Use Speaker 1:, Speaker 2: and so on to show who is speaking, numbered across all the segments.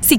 Speaker 1: Si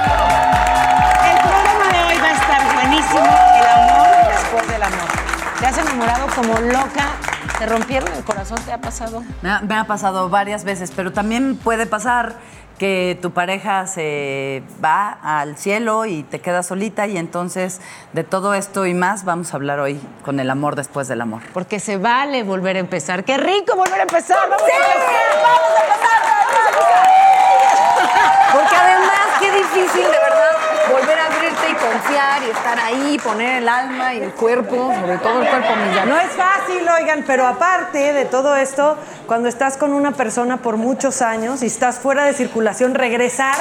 Speaker 2: El programa de hoy va a estar buenísimo. El amor después del amor. Te has enamorado como loca. Te rompieron el corazón, te ha pasado.
Speaker 3: Me ha, me ha pasado varias veces, pero también puede pasar que tu pareja se va al cielo y te queda solita y entonces de todo esto y más vamos a hablar hoy con el amor después del amor.
Speaker 2: Porque se vale volver a empezar. ¡Qué rico volver a empezar! ¡Vamos a empezar! ¡Vamos a empezar! ¡Vamos a empezar!
Speaker 4: Porque además, qué difícil, de verdad, volver a abrirte y confiar y estar ahí, poner el alma y el cuerpo, sobre todo el cuerpo, mis
Speaker 5: No es fácil, oigan, pero aparte de todo esto, cuando estás con una persona por muchos años y estás fuera de circulación, regresar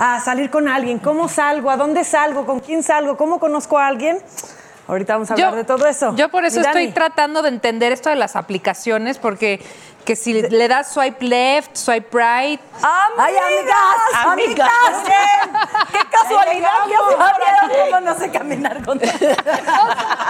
Speaker 5: a salir con alguien. ¿Cómo salgo? ¿A dónde salgo? ¿Con quién salgo? ¿Cómo conozco a alguien? Ahorita vamos a hablar de todo eso.
Speaker 6: Yo por eso
Speaker 5: Mi Dani.
Speaker 6: estoy tratando de entender esto de las aplicaciones, porque que si le das swipe left, swipe right.
Speaker 5: ¡Ay, amigas! ¡Amigas! ¡Qué casualidad! Yo sabía cómo no sé caminar con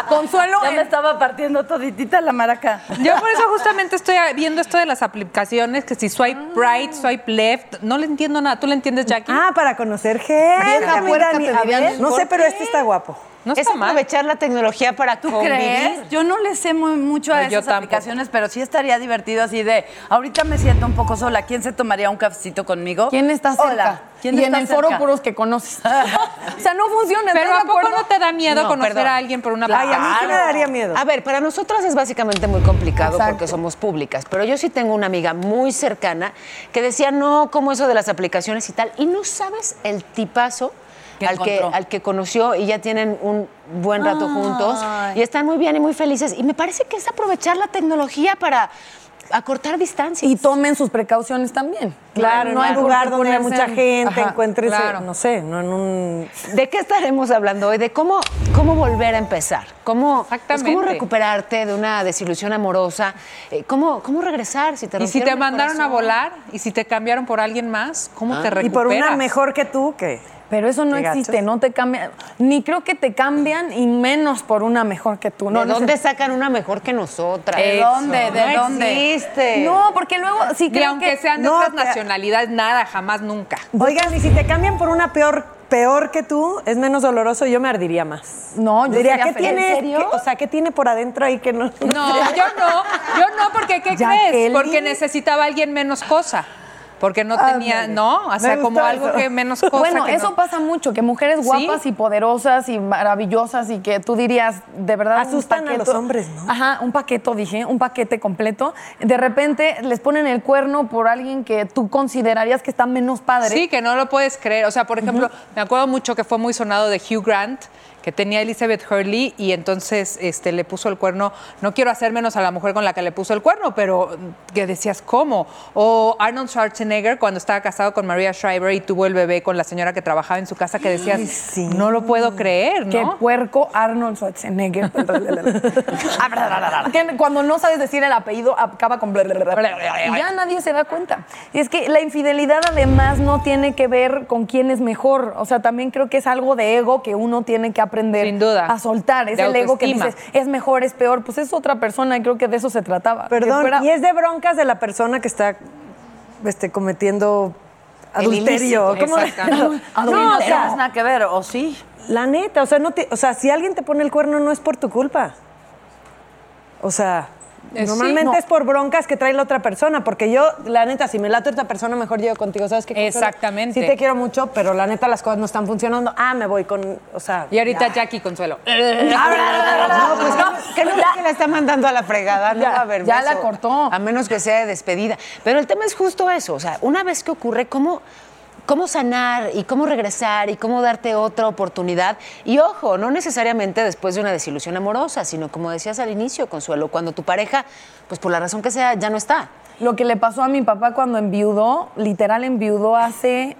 Speaker 4: Consuelo. Ya me estaba partiendo toditita la maraca.
Speaker 6: Yo por eso justamente estoy viendo esto de las aplicaciones, que si swipe right, swipe left, no le entiendo nada. ¿Tú le entiendes, Jackie?
Speaker 5: Ah, para conocer gente.
Speaker 4: Vieja
Speaker 5: mi
Speaker 4: puerca,
Speaker 5: Dani.
Speaker 4: te
Speaker 5: A
Speaker 4: dirían
Speaker 5: ver,
Speaker 4: el
Speaker 5: No sé,
Speaker 4: corte.
Speaker 5: pero este está guapo.
Speaker 6: no
Speaker 2: Es
Speaker 6: está mal.
Speaker 2: aprovechar la tecnología para
Speaker 3: ¿Tú
Speaker 2: convivir.
Speaker 3: crees? Yo no le sé muy, mucho a
Speaker 6: No, yo
Speaker 3: esas
Speaker 6: tampoco.
Speaker 3: aplicaciones, pero sí estaría divertido así de, ahorita me siento un poco sola, ¿quién se tomaría un cafecito conmigo?
Speaker 4: ¿Quién está cerca?
Speaker 3: Hola, ¿quién
Speaker 4: y
Speaker 3: está
Speaker 4: en el
Speaker 3: cerca?
Speaker 4: foro puros que conoces. o sea, no funciona.
Speaker 6: Pero ¿a
Speaker 4: ¿estás de
Speaker 6: poco
Speaker 4: acuerdo?
Speaker 6: no te da miedo
Speaker 3: No,
Speaker 6: conocer
Speaker 3: perdón.
Speaker 6: a alguien por una
Speaker 5: Ay, a mí sí me daría miedo.
Speaker 4: Ah,
Speaker 2: A ver, para nosotras es básicamente muy complicado
Speaker 4: Exacto.
Speaker 2: porque somos públicas, pero yo sí tengo una amiga muy cercana que decía, no, como eso de las aplicaciones y tal, y no sabes el tipazo
Speaker 3: Que
Speaker 2: al que,
Speaker 3: encontró.
Speaker 2: al que conoció y ya tienen un buen rato juntos y están muy bien y muy felices. Y me parece que es aprovechar la tecnología para acortar distancias.
Speaker 4: Y tomen sus precauciones también.
Speaker 5: Claro, no hay
Speaker 4: por
Speaker 5: lugar
Speaker 4: qué
Speaker 5: donde haya
Speaker 4: ponerse
Speaker 5: mucha
Speaker 4: en-
Speaker 5: gente,
Speaker 4: Ajá,
Speaker 5: encuéntrese,
Speaker 4: claro.
Speaker 5: no sé, no en un...
Speaker 2: ¿De qué estaremos hablando hoy? De cómo, cómo volver a empezar, cómo, pues, cómo
Speaker 6: Exactamente.
Speaker 2: recuperarte de una desilusión amorosa, eh, cómo, cómo regresar si te
Speaker 6: Y si
Speaker 2: rompieron
Speaker 6: te
Speaker 2: el
Speaker 6: mandaron a
Speaker 2: corazón.
Speaker 6: volar y si te cambiaron por alguien más, ¿cómo te
Speaker 4: Ah.
Speaker 6: recuperas?
Speaker 5: Y por una mejor que tú, que...
Speaker 4: Pero eso no
Speaker 5: Qué gacho.
Speaker 4: existe, no te cambian. Ni creo que te cambian y menos por una mejor que tú. No,
Speaker 2: ¿De
Speaker 4: no
Speaker 2: dónde
Speaker 4: sé.
Speaker 2: sacan una mejor que nosotras?
Speaker 3: ¿De dónde? ¿De
Speaker 2: no
Speaker 3: dónde?
Speaker 2: Existe.
Speaker 4: No, porque luego sí
Speaker 6: Y
Speaker 4: creo
Speaker 6: aunque
Speaker 4: que...
Speaker 6: sean de
Speaker 5: No,
Speaker 6: otras
Speaker 5: te-
Speaker 6: nacionalidades, nada, jamás, nunca.
Speaker 5: Oigan, y si te cambian por una peor peor que tú, es menos doloroso, yo me ardiría más.
Speaker 4: No, yo
Speaker 5: Diría,
Speaker 4: sería
Speaker 5: ¿qué
Speaker 4: feliz.
Speaker 5: tiene?
Speaker 4: ¿En serio?
Speaker 5: qué- o sea, ¿qué tiene por adentro ahí que no?
Speaker 6: No, yo no, yo no, porque ¿qué
Speaker 5: Jacqueline.
Speaker 6: crees? Porque necesitaba alguien menos cosa. Porque no tenía,
Speaker 5: Ándale.
Speaker 6: ¿no?
Speaker 5: Me
Speaker 6: O sea, como
Speaker 5: gustó
Speaker 6: algo
Speaker 5: eso.
Speaker 6: que menos cosa.
Speaker 4: Bueno,
Speaker 6: que
Speaker 4: eso
Speaker 6: no.
Speaker 4: pasa mucho, que mujeres guapas y poderosas y maravillosas y que tú dirías, de verdad, un
Speaker 5: Asustan a los
Speaker 4: paqueto-
Speaker 5: hombres, ¿no?
Speaker 4: Ajá, un paquete, dije, un paquete completo. De repente les ponen el cuerno por alguien que tú considerarías que está menos padre.
Speaker 6: Sí, que no lo puedes creer. O sea, por ejemplo, me acuerdo mucho que fue muy sonado de Hugh Grant, que tenía Elizabeth Hurley y entonces este, le puso el cuerno. No quiero hacer menos a la mujer con la que le puso el cuerno, pero mm, que decías, ¿cómo? O Arnold Schwarzenegger cuando estaba casado con Maria Shriver y tuvo el bebé con la señora que trabajaba en su casa, que decías,
Speaker 5: sí.
Speaker 6: no lo puedo creer, ¿no?
Speaker 4: Qué puerco Arnold Schwarzenegger. Que Cuando no sabes decir el apellido, acaba con... Y ya nadie se da cuenta. Y es que la infidelidad además no tiene que ver con quién es mejor. O sea, también creo que es algo de ego que uno tiene que aprender
Speaker 6: Sin duda.
Speaker 4: a soltar. Es
Speaker 6: De
Speaker 4: el ego que
Speaker 6: autoestima.
Speaker 4: dices, es mejor, es peor. Pues es otra persona y creo que de eso se trataba. Que
Speaker 5: Perdón,
Speaker 4: fuera-
Speaker 5: y es de broncas de la persona que está este, cometiendo adulterio.
Speaker 6: ilícito,
Speaker 5: ¿cómo?
Speaker 6: exacto.
Speaker 3: No,
Speaker 5: No,
Speaker 3: no
Speaker 5: o
Speaker 3: tienes
Speaker 5: sea,
Speaker 3: nada que ver, ¿o sí?
Speaker 5: la neta, o sea, no te- o sea, si alguien te pone el cuerno no es por tu culpa. O sea,
Speaker 6: Eh, sí,
Speaker 5: normalmente
Speaker 6: no.
Speaker 5: es por broncas que trae la otra persona, porque yo, la neta, si me late otra persona, mejor llego contigo, ¿sabes qué? Consuelo?
Speaker 6: Exactamente.
Speaker 5: Sí te quiero mucho, pero la neta las cosas no están funcionando. Ah, me voy con, o sea...
Speaker 6: Y ahorita Jackie Consuelo.
Speaker 2: No, pues no, que no es que la está mandando a la fregada, no
Speaker 4: Ya,
Speaker 2: va a haber
Speaker 4: ya
Speaker 2: beso,
Speaker 4: la cortó.
Speaker 2: A menos que sea de despedida. Pero el tema es justo eso, o sea, una vez que ocurre, ¿cómo, cómo sanar y cómo regresar y cómo darte otra oportunidad? Y ojo, no necesariamente después de una desilusión amorosa, sino como decías al inicio, Consuelo, cuando tu pareja, pues por la razón que sea, ya no está.
Speaker 5: lo que le pasó a mi papá cuando enviudó, literal enviudó hace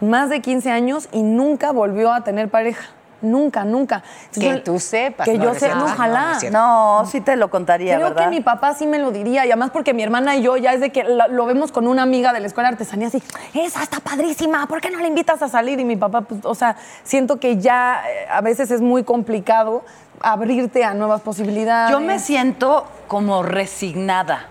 Speaker 5: más de 15 años y nunca volvió a tener pareja. Nunca, nunca. Entonces,
Speaker 2: Que
Speaker 5: yo-
Speaker 2: tú sepas.
Speaker 5: Que
Speaker 2: no,
Speaker 5: yo
Speaker 2: no es
Speaker 5: sé,
Speaker 2: cierto,
Speaker 5: no,
Speaker 2: no, no
Speaker 5: ojalá.
Speaker 2: es cierto.
Speaker 3: Ah, No, sí te lo contaría,
Speaker 5: Creo
Speaker 3: ¿verdad?
Speaker 5: que mi papá sí me lo diría, y además porque mi hermana y yo ya es de que la- lo vemos con una amiga de la escuela de artesanía, así, esa está padrísima, ¿por qué no la invitas a salir? Y mi papá, pues, o sea, siento que ya eh, a veces es muy complicado abrirte a nuevas posibilidades.
Speaker 3: Yo me siento como resignada.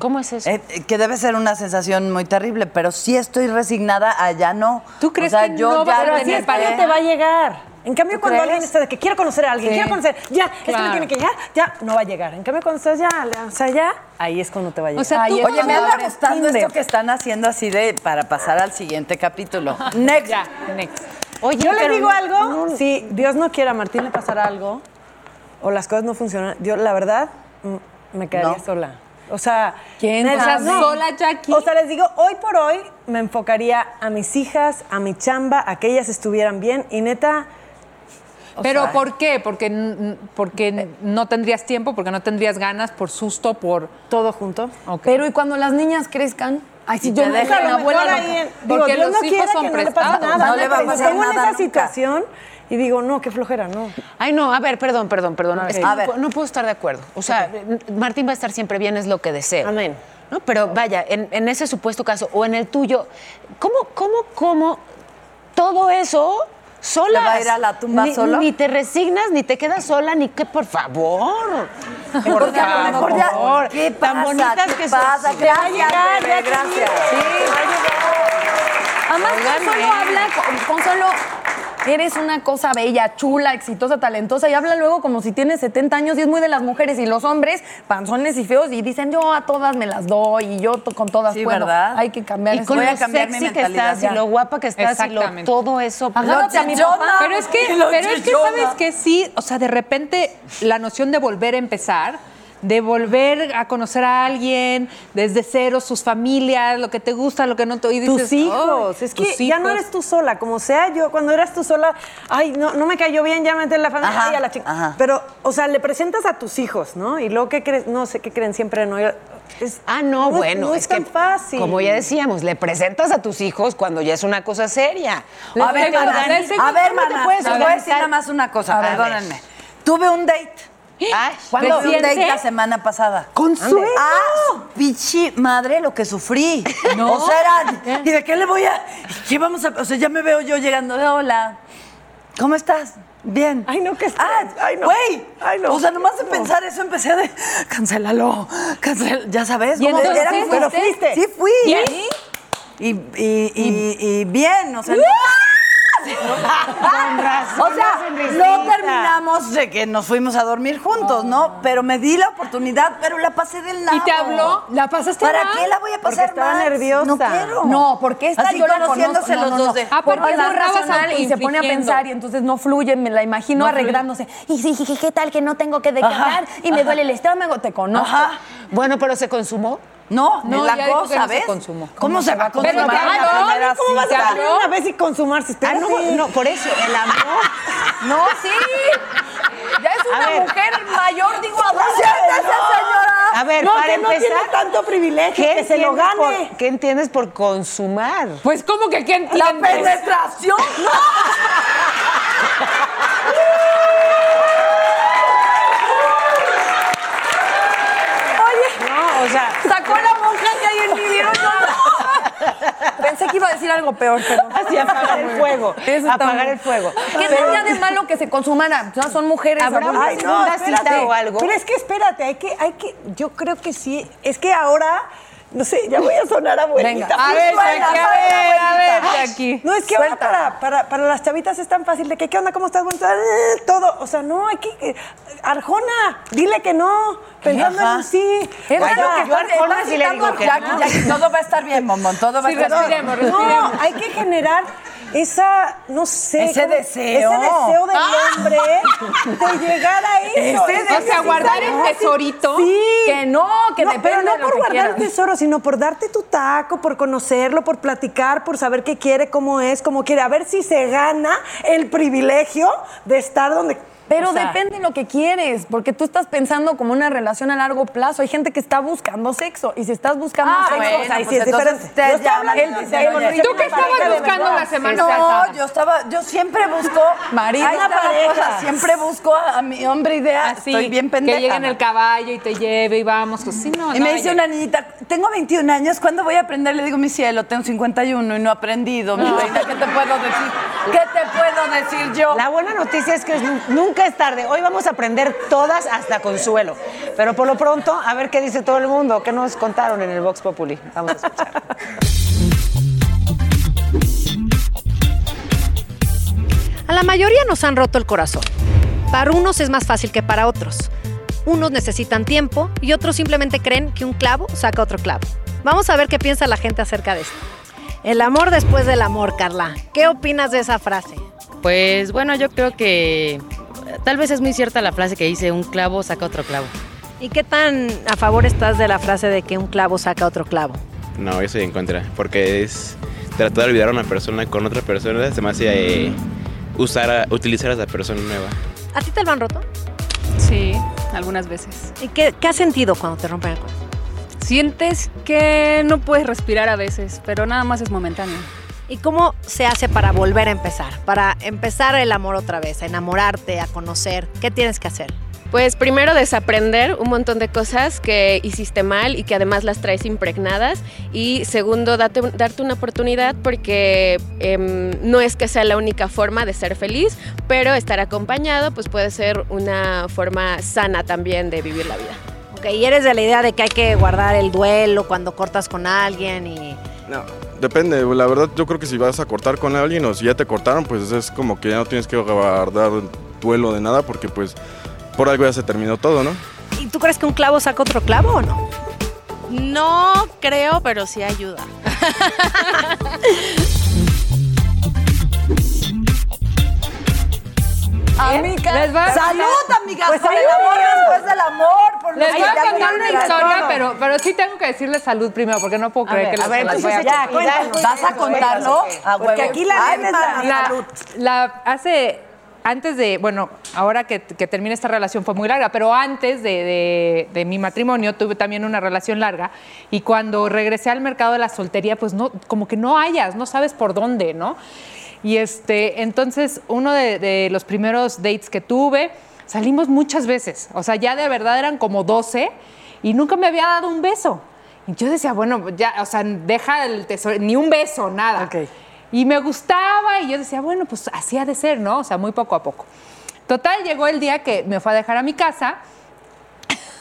Speaker 2: ¿Cómo es eso?
Speaker 3: Eh, eh, que debe ser una sensación muy terrible, pero sí estoy resignada a ya no.
Speaker 6: ¿Tú crees
Speaker 3: o sea,
Speaker 6: que
Speaker 3: yo ya
Speaker 6: no vas a
Speaker 7: Pero así
Speaker 3: renuncié.
Speaker 6: tener
Speaker 7: es, pero no te va a llegar. En cambio, cuando
Speaker 6: crees?
Speaker 7: alguien está de que quiero conocer a alguien,
Speaker 6: Sí.
Speaker 7: quiero conocer, ya, es que
Speaker 6: Claro.
Speaker 7: me tiene que llegar, ya, no va a llegar. En cambio, cuando estás ya, la- o sea, ya, ahí es cuando te va a llegar.
Speaker 6: O sea, tú
Speaker 3: Ay,
Speaker 6: cuando-
Speaker 3: Oye, me anda
Speaker 7: ahora es
Speaker 3: gustando
Speaker 7: Tinder.
Speaker 3: esto que están haciendo así de para pasar al siguiente capítulo. Next.
Speaker 6: Ya, next.
Speaker 2: Oye,
Speaker 7: Yo le
Speaker 2: pero
Speaker 7: digo
Speaker 2: no-
Speaker 7: algo, si Dios no quiera a Martín le pasara algo, o las cosas no funcionan, yo la verdad mm, me quedaría
Speaker 3: No.
Speaker 7: sola. O sea,
Speaker 6: ¿Quién
Speaker 7: neta,
Speaker 6: sabe? ¿Sola, Jackie?
Speaker 7: O sea, les digo, hoy por hoy me enfocaría a mis hijas, a mi chamba, a que ellas estuvieran bien y neta,
Speaker 6: Pero ¿por qué? Porque, n- porque no tendrías tiempo, porque no tendrías ganas, por susto, por...
Speaker 7: todo junto.
Speaker 6: Ok.
Speaker 5: Pero y cuando las niñas crezcan, ay, si yo
Speaker 3: te
Speaker 5: nunca
Speaker 7: Nunca, a
Speaker 5: mi
Speaker 7: lo
Speaker 5: abuela
Speaker 7: mejor
Speaker 5: loca.
Speaker 7: ahí en- digo,
Speaker 6: Porque
Speaker 7: Dios
Speaker 6: los
Speaker 7: no
Speaker 6: hijos
Speaker 7: quiera
Speaker 6: son
Speaker 7: que no le pase
Speaker 6: prestados,
Speaker 7: nada.
Speaker 3: no le va a
Speaker 7: pero
Speaker 3: pasar
Speaker 7: pongo en
Speaker 3: nada
Speaker 7: esa
Speaker 3: nunca.
Speaker 7: situación y digo, no, qué flojera, no.
Speaker 2: Ay, no, a ver, perdón, perdón, perdón. Es que
Speaker 3: A
Speaker 2: no,
Speaker 3: ver.
Speaker 2: pu- no puedo estar de acuerdo. O sea, n- Martín va a estar siempre bien, es lo que deseo.
Speaker 7: Amén.
Speaker 2: No, pero vaya, en, en ese supuesto caso, o en el tuyo, ¿cómo, cómo, cómo todo eso sola?
Speaker 3: ¿Te va a ir a la tumba
Speaker 2: ni,
Speaker 3: solo?
Speaker 2: Ni te resignas, ni te quedas sola, ni que, por favor.
Speaker 3: Porque a lo mejor ya. ¿Qué pasa?
Speaker 2: Tan bonitas
Speaker 3: ¿Qué
Speaker 2: que son.
Speaker 3: pasa?
Speaker 2: Ya
Speaker 3: Gracias,
Speaker 2: llegar,
Speaker 3: bebé,
Speaker 2: ya
Speaker 3: gracias.
Speaker 5: Además,
Speaker 2: Oigan,
Speaker 5: Consuelo
Speaker 2: ven.
Speaker 5: habla, con- Consuelo, eres una cosa bella, chula, exitosa, talentosa, y habla luego como si tienes 70 años y es muy de las mujeres y los hombres, panzones y feos, y dicen, yo a todas me las doy y yo to- con todas
Speaker 3: Sí,
Speaker 5: puedo.
Speaker 3: ¿verdad?
Speaker 5: Hay que cambiar
Speaker 2: Y
Speaker 5: eso.
Speaker 2: con
Speaker 3: Voy a
Speaker 2: lo
Speaker 3: cambiar mi
Speaker 2: sexy que
Speaker 3: mentalidad,
Speaker 2: estás,
Speaker 3: ya.
Speaker 2: y lo guapa que estás, y lo
Speaker 6: Exactamente.
Speaker 2: todo eso. pues,
Speaker 5: Agárrate a mi papá.
Speaker 6: Pero es que,
Speaker 3: Lo
Speaker 6: pero es que
Speaker 3: chichona.
Speaker 6: sabes que sí, o sea, de repente la noción de volver a empezar, de volver a conocer a alguien desde cero, sus familias, lo que te gusta, lo que no te y dices,
Speaker 7: Tus hijos,
Speaker 6: "Ay,
Speaker 7: es que
Speaker 6: tus
Speaker 7: ya no
Speaker 6: hijos".
Speaker 7: eres tú sola, como sea yo, cuando eras tú sola, ay, no, no me cayó bien, ya metí en la familia
Speaker 3: Ajá,
Speaker 7: ay, a la chica.
Speaker 3: ajá.
Speaker 7: Pero, o sea, le presentas a tus hijos, ¿no? Y luego, ¿qué crees? No sé qué creen siempre, ¿no? Es-
Speaker 2: Ah, no,
Speaker 7: es-
Speaker 2: bueno,
Speaker 7: no
Speaker 2: es,
Speaker 7: es, tan
Speaker 2: que,
Speaker 7: fácil.
Speaker 2: como ya decíamos, le presentas a tus hijos cuando ya es una cosa seria.
Speaker 3: A ver,
Speaker 6: tengo-
Speaker 3: mana,
Speaker 6: les tengo-
Speaker 3: a ver,
Speaker 6: ¿cómo te
Speaker 3: mana,
Speaker 6: puedes
Speaker 3: te voy a decir nada más una cosa,
Speaker 2: A ver.
Speaker 3: perdónenme. Tuve un date.
Speaker 2: Ay,
Speaker 3: ¿Cuándo? Tuve un date
Speaker 6: ¿Reciente?
Speaker 3: la semana pasada.
Speaker 6: con sueño.
Speaker 3: Ah, su pichi madre, lo que sufrí.
Speaker 6: No.
Speaker 3: O sea, era, ¿y de qué le voy a...? ¿Qué vamos a...? O sea, ya me veo yo llegando de hola. ¿Cómo estás? Bien.
Speaker 7: Ay, no, qué estrés.
Speaker 3: Ah,
Speaker 7: Ay, no.
Speaker 3: Güey.
Speaker 7: Ay, no.
Speaker 3: O sea, nomás de
Speaker 7: No.
Speaker 3: pensar eso empecé de, cancélalo, cancel, ya sabes.
Speaker 6: ¿Y
Speaker 3: como de-
Speaker 6: entonces
Speaker 3: era- pero fuiste.
Speaker 6: fuiste?
Speaker 3: Sí, fui. Y,
Speaker 6: ¿Y?
Speaker 3: y, y, y bien, o sea... O sea, no terminamos de que nos fuimos a dormir juntos, ¿no? Pero me di la oportunidad, pero la pasé del lado.
Speaker 6: ¿Y te habló? ¿La pasaste
Speaker 3: ¿Para
Speaker 6: mal?
Speaker 3: qué la voy a
Speaker 7: Porque
Speaker 3: pasar
Speaker 7: estaba
Speaker 3: mal?
Speaker 7: nerviosa.
Speaker 3: No quiero.
Speaker 5: No, porque esta
Speaker 3: Así
Speaker 5: yo la
Speaker 3: conociéndose
Speaker 5: conozco.
Speaker 3: los
Speaker 5: No, no,
Speaker 3: dos
Speaker 5: no.
Speaker 3: de...
Speaker 6: Ah,
Speaker 5: Porque
Speaker 6: porque
Speaker 5: es muy
Speaker 6: la estabas
Speaker 5: racional y se pone a
Speaker 6: autoinfligiendo.
Speaker 5: pensar y entonces no fluye, me la imagino
Speaker 6: No fluye.
Speaker 5: arreglándose. Y sí, sí, sí, ¿qué tal que no tengo que declarar? Y me duele el estómago, te conozco.
Speaker 3: Ajá.
Speaker 2: Bueno, pero se consumó.
Speaker 3: No,
Speaker 6: No,
Speaker 3: no
Speaker 6: ya
Speaker 3: la
Speaker 6: dijo que
Speaker 3: cosa,
Speaker 6: no se
Speaker 3: ¿ves?
Speaker 6: consumó.
Speaker 3: ¿Cómo se va a
Speaker 6: Pero
Speaker 3: consumar
Speaker 6: te
Speaker 3: en
Speaker 6: habló,
Speaker 3: la primera
Speaker 6: ¿cómo vas a
Speaker 3: cita?
Speaker 6: estar?
Speaker 7: Salir una vez y consumarse.
Speaker 2: Ah,
Speaker 7: espérate.
Speaker 2: no, no, por eso, el amor.
Speaker 5: No, sí. Ya es una
Speaker 2: ver.
Speaker 5: mujer mayor, digo, adulta.
Speaker 3: ¡Siéntese, señora!
Speaker 2: A ver,
Speaker 7: No,
Speaker 2: para
Speaker 7: que no
Speaker 2: empezar.
Speaker 7: tiene tanto privilegio, que se lo
Speaker 2: entiendes
Speaker 7: gane.
Speaker 2: por- ¿Qué entiendes por consumar?
Speaker 6: Pues como que qué
Speaker 3: ¡La
Speaker 6: entiendes?
Speaker 3: penetración! ¡No!
Speaker 7: No, o sea,
Speaker 5: Sacó la monja que hay en mi video. Pensé que iba a decir algo peor, pero.
Speaker 2: Así apagar el fuego.
Speaker 5: Eso está
Speaker 2: apagar
Speaker 5: mal.
Speaker 2: el fuego.
Speaker 5: ¿Qué tendría de malo que se consumara? Ya son mujeres.
Speaker 2: Habrá
Speaker 5: adultas.
Speaker 2: Ay, no, una cita
Speaker 7: espérate.
Speaker 2: o algo.
Speaker 7: Pero es que espérate, hay que, hay que, yo creo que sí. Es que ahora, no sé, ya voy a sonar abuelita. Pues
Speaker 5: Venga.
Speaker 6: A ver, Jackie, a ver, a ver, Jackie.
Speaker 7: No, es que ahora para, para, para las chavitas es tan fácil de que, ¿qué onda? ¿Cómo estás? Bonita? Eh, Todo. O sea, no, hay que. eh, Arjona, dile que no, pensando
Speaker 3: Ajá.
Speaker 7: en un sí.
Speaker 5: Es
Speaker 7: O sea,
Speaker 5: algo que
Speaker 7: yo
Speaker 5: está-
Speaker 2: Arjona
Speaker 5: está
Speaker 2: sí le
Speaker 5: citando
Speaker 2: digo
Speaker 5: a
Speaker 2: que
Speaker 5: Jackie,
Speaker 3: Aquí,
Speaker 5: Jackie.
Speaker 3: ya, todo va a estar bien, Momón, todo va a
Speaker 6: Sí,
Speaker 3: estar bien.
Speaker 7: No,
Speaker 6: respiremos, respiremos.
Speaker 7: hay que generar esa, no sé.
Speaker 3: Ese
Speaker 7: ¿cómo?
Speaker 3: deseo. Ah.
Speaker 7: Ese deseo del hombre de llegar a eso.
Speaker 3: Ese
Speaker 7: Es
Speaker 3: deseo.
Speaker 6: O sea, guardar el tesorito.
Speaker 7: Sí.
Speaker 5: Que no, que
Speaker 7: No,
Speaker 5: depende
Speaker 7: pero no
Speaker 5: de lo
Speaker 7: por
Speaker 5: que
Speaker 7: guardar
Speaker 5: quieras.
Speaker 7: el tesoro, sino por darte tu taco, por conocerlo, por platicar, por saber qué quiere, cómo es, cómo quiere. A ver si se gana el privilegio de estar donde
Speaker 5: Pero
Speaker 6: O sea-
Speaker 5: depende de lo que quieres, porque tú estás pensando como una relación a largo plazo. Hay gente que está buscando sexo y si estás buscando
Speaker 3: Ah,
Speaker 5: sexo,
Speaker 3: bueno,
Speaker 7: ahí sí
Speaker 3: pues
Speaker 7: es
Speaker 3: entonces
Speaker 7: diferente. Yo
Speaker 3: te
Speaker 7: estoy
Speaker 3: llaman,
Speaker 7: hablando
Speaker 3: él
Speaker 7: de
Speaker 3: dice,
Speaker 7: pareja.
Speaker 3: oye,
Speaker 6: ¿Tú qué estabas
Speaker 3: pareja de
Speaker 6: buscando
Speaker 3: verdad?
Speaker 6: la semana
Speaker 3: Sí,
Speaker 6: pasada?
Speaker 3: No, yo estaba, yo siempre busco marido,
Speaker 5: Ahí
Speaker 3: una
Speaker 5: está la
Speaker 3: pareja,
Speaker 5: cosa.
Speaker 3: siempre busco a, a mi hombre ideal.
Speaker 6: Así,
Speaker 3: Ah, Estoy bien pendeja.
Speaker 6: Ah, Que llegue en el caballo y te lleve y vamos. Pues, sí, no,
Speaker 3: y
Speaker 6: no,
Speaker 3: me dice
Speaker 6: ya.
Speaker 3: una niñita, tengo 21 años, ¿cuándo voy a aprender? Le digo, mi cielo, tengo 51 y no he aprendido, mi reina, ¿qué te puedo decir? ¿Qué te puedo decir yo?
Speaker 2: La buena noticia es que es nu- nunca es tarde. Hoy vamos a aprender todas hasta consuelo. Pero por lo pronto, a ver qué dice todo el mundo, qué nos contaron en el Vox Populi. Vamos a escuchar.
Speaker 8: A la mayoría nos han roto el corazón. Para unos es más fácil que para otros. Unos necesitan tiempo y otros simplemente creen que un clavo saca otro clavo. Vamos a ver qué piensa la gente acerca de esto. El amor después del amor, Carla. ¿Qué opinas de esa frase?
Speaker 9: Pues bueno, yo creo que eh, tal vez es muy cierta la frase que dice un clavo saca otro clavo.
Speaker 8: ¿Y qué tan a favor estás de la frase de que un clavo saca otro clavo?
Speaker 10: No, yo soy en contra, porque es tratar de olvidar a una persona con otra persona, se me hace eh, usar a- utilizar a esa persona nueva.
Speaker 8: ¿A ti te lo han roto?
Speaker 9: Sí, algunas veces.
Speaker 8: ¿Y qué, qué has sentido cuando te rompen el corazón?
Speaker 9: Sientes que no puedes respirar a veces, pero nada más es momentáneo.
Speaker 8: ¿Y cómo se hace para volver a empezar? Para empezar el amor otra vez, a enamorarte, a conocer. ¿Qué tienes que hacer?
Speaker 9: Pues primero desaprender un montón de cosas que hiciste mal y que además las traes impregnadas. Y segundo, date un- darte una oportunidad porque em, no es que sea la única forma de ser feliz, pero estar acompañado pues puede ser una forma sana también de vivir la vida.
Speaker 8: Ok, y eres de la idea de que hay que guardar el duelo cuando cortas con alguien y...
Speaker 11: No, depende, la verdad yo creo que si vas a cortar con alguien o si ya te cortaron, pues es como que ya no tienes que guardar duelo de nada porque pues por algo ya se terminó todo, ¿no?
Speaker 8: ¿Y tú crees que un clavo saca otro clavo o no?
Speaker 9: No creo, pero sí ayuda.
Speaker 6: Les va-
Speaker 3: Salud, amigas,
Speaker 6: Pues
Speaker 3: por el
Speaker 6: salud.
Speaker 3: amor después del amor. Por lo
Speaker 6: Les
Speaker 3: que
Speaker 6: voy a
Speaker 3: ya
Speaker 6: contar una
Speaker 3: tuvieron.
Speaker 6: historia, pero, pero sí tengo que decirles salud primero, porque no puedo creer
Speaker 3: ver,
Speaker 6: que
Speaker 3: a
Speaker 6: les
Speaker 3: ver,
Speaker 6: se las
Speaker 3: entonces
Speaker 6: voy a
Speaker 3: ya,
Speaker 6: contar.
Speaker 3: cuéntanos, ¿Vas a contarlo?
Speaker 6: cuéntanos,
Speaker 3: A
Speaker 7: Porque
Speaker 3: huevo.
Speaker 7: aquí la
Speaker 3: Ay,
Speaker 7: neta,
Speaker 3: neta,
Speaker 6: la,
Speaker 3: salud.
Speaker 6: la- hace antes de, bueno, ahora que, que termine esta relación fue muy larga, pero antes de, de- de mi matrimonio tuve también una relación larga y cuando regresé al mercado de la soltería, pues no, como que no hayas, no sabes por dónde, ¿no? Y este, entonces uno de, de los primeros dates que tuve, salimos muchas veces, o sea, ya de verdad eran como 12 y nunca me había dado un beso. Y yo decía, bueno, ya, o sea, deja el tesoro, ni un beso, nada.
Speaker 3: Ok.
Speaker 6: Y me gustaba y yo decía, bueno, pues así ha de ser, ¿no? O sea, muy poco a poco. Total, llegó el día que me fue a dejar a mi casa.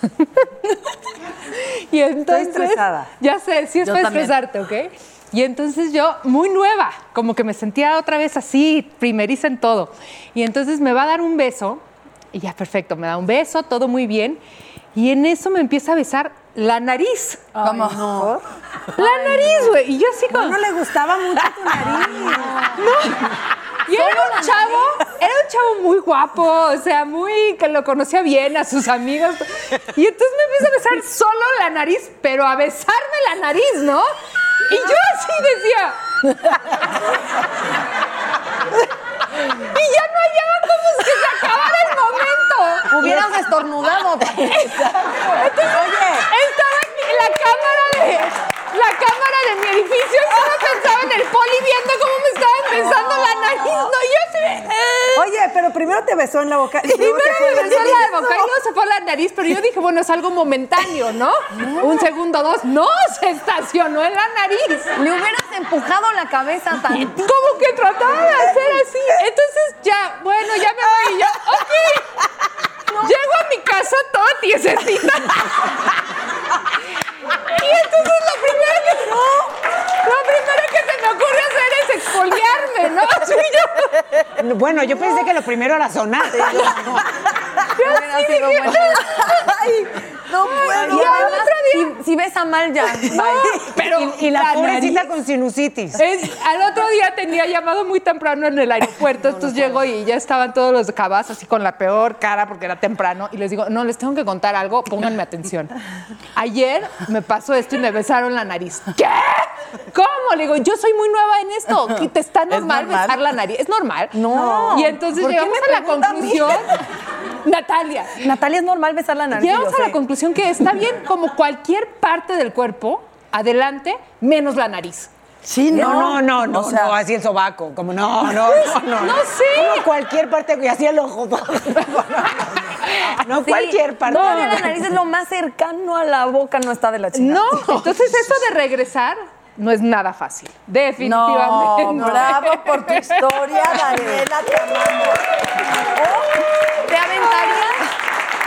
Speaker 6: y entonces...
Speaker 3: estresada.
Speaker 6: Ya sé, sí es
Speaker 3: Yo
Speaker 6: para
Speaker 3: también.
Speaker 6: estresarte, ¿ok? Y entonces yo, muy nueva, como que me sentía otra vez así, primeriza en todo. Y entonces me va a dar un beso, y ya perfecto, me da un beso, todo muy bien. Y en eso me empieza a besar la nariz.
Speaker 3: ¿Cómo?
Speaker 6: La nariz, güey. Y yo así
Speaker 3: Pues
Speaker 6: como...
Speaker 7: No le gustaba mucho tu nariz.
Speaker 6: Y era un chavo, era un chavo muy guapo, o sea, muy que lo conocía bien a sus amigos. Y entonces me empieza a besar solo la nariz, pero a besarme la nariz, ¿no? Y yo así decía. Y ya no hallaba cómo se que se acabara el momento.
Speaker 5: Hubieras estornudado.
Speaker 6: Oye. Estaba en la cámara de. La cámara de mi edificio y solo pensaba en el poli viendo cómo me estaban besando la nariz. No, yo sí.
Speaker 7: Oye, pero primero te besó en la boca. y luego te
Speaker 6: Primero
Speaker 7: fue
Speaker 6: me
Speaker 7: en el
Speaker 6: besó la
Speaker 7: beso.
Speaker 6: boca y luego se fue a la nariz, pero yo dije, bueno, es algo momentáneo, ¿no? Un segundo, dos. No, se estacionó en la nariz.
Speaker 5: Le hubieras empujado la cabeza tan...
Speaker 6: Como que trataba de hacer así. Entonces ya, bueno, ya me voy. y yo, ok. Llego a mi casa toda tiesecita. Y entonces lo primero que no, lo primero que se me ocurre hacer es exfoliarme, ¿no? Así yo,
Speaker 2: Bueno, yo pensé que lo primero era sonar.
Speaker 5: Hubiera sido bueno.
Speaker 3: No puedo.
Speaker 5: Y
Speaker 6: Ya,
Speaker 5: además,
Speaker 6: otro
Speaker 5: si, si besa mal ya. bye.
Speaker 6: pero
Speaker 2: Y, y la pobrecita con sinusitis.
Speaker 6: Es- al otro día tenía llamado muy temprano en el aeropuerto, entonces llego y ya estaban todos los cabas así con la peor cara porque era temprano y les digo, no, les tengo que contar algo, pónganme atención. Ayer me pasó esto y me besaron la nariz. ¿Qué? ¿Cómo? Le digo, yo soy muy nueva en esto, que te está normal,
Speaker 3: normal?
Speaker 6: besar la nariz, es normal.
Speaker 5: No.
Speaker 6: Y entonces
Speaker 5: ¿Por qué
Speaker 6: llegamos
Speaker 5: me
Speaker 6: a la
Speaker 5: pregunta a mí?
Speaker 6: conclusión Natalia.
Speaker 5: Natalia es normal besar la nariz.
Speaker 6: Llegamos a la conclusión que está bien como cualquier parte del cuerpo, adelante, menos la nariz.
Speaker 2: Sí, no, no, no, no, no, así el sobaco, como no, no, no, no.
Speaker 6: No
Speaker 2: sé. Como cualquier parte, y así el ojo. No
Speaker 5: Sí.
Speaker 2: cualquier parte.
Speaker 5: Todavía la nariz es lo más cercano a la boca, no está de la chingada.
Speaker 6: No, entonces eso de regresar no es nada fácil.
Speaker 3: No,
Speaker 6: Definitivamente.
Speaker 3: bravo por tu historia, Daniela, te amamos.
Speaker 5: ¿Te aventarías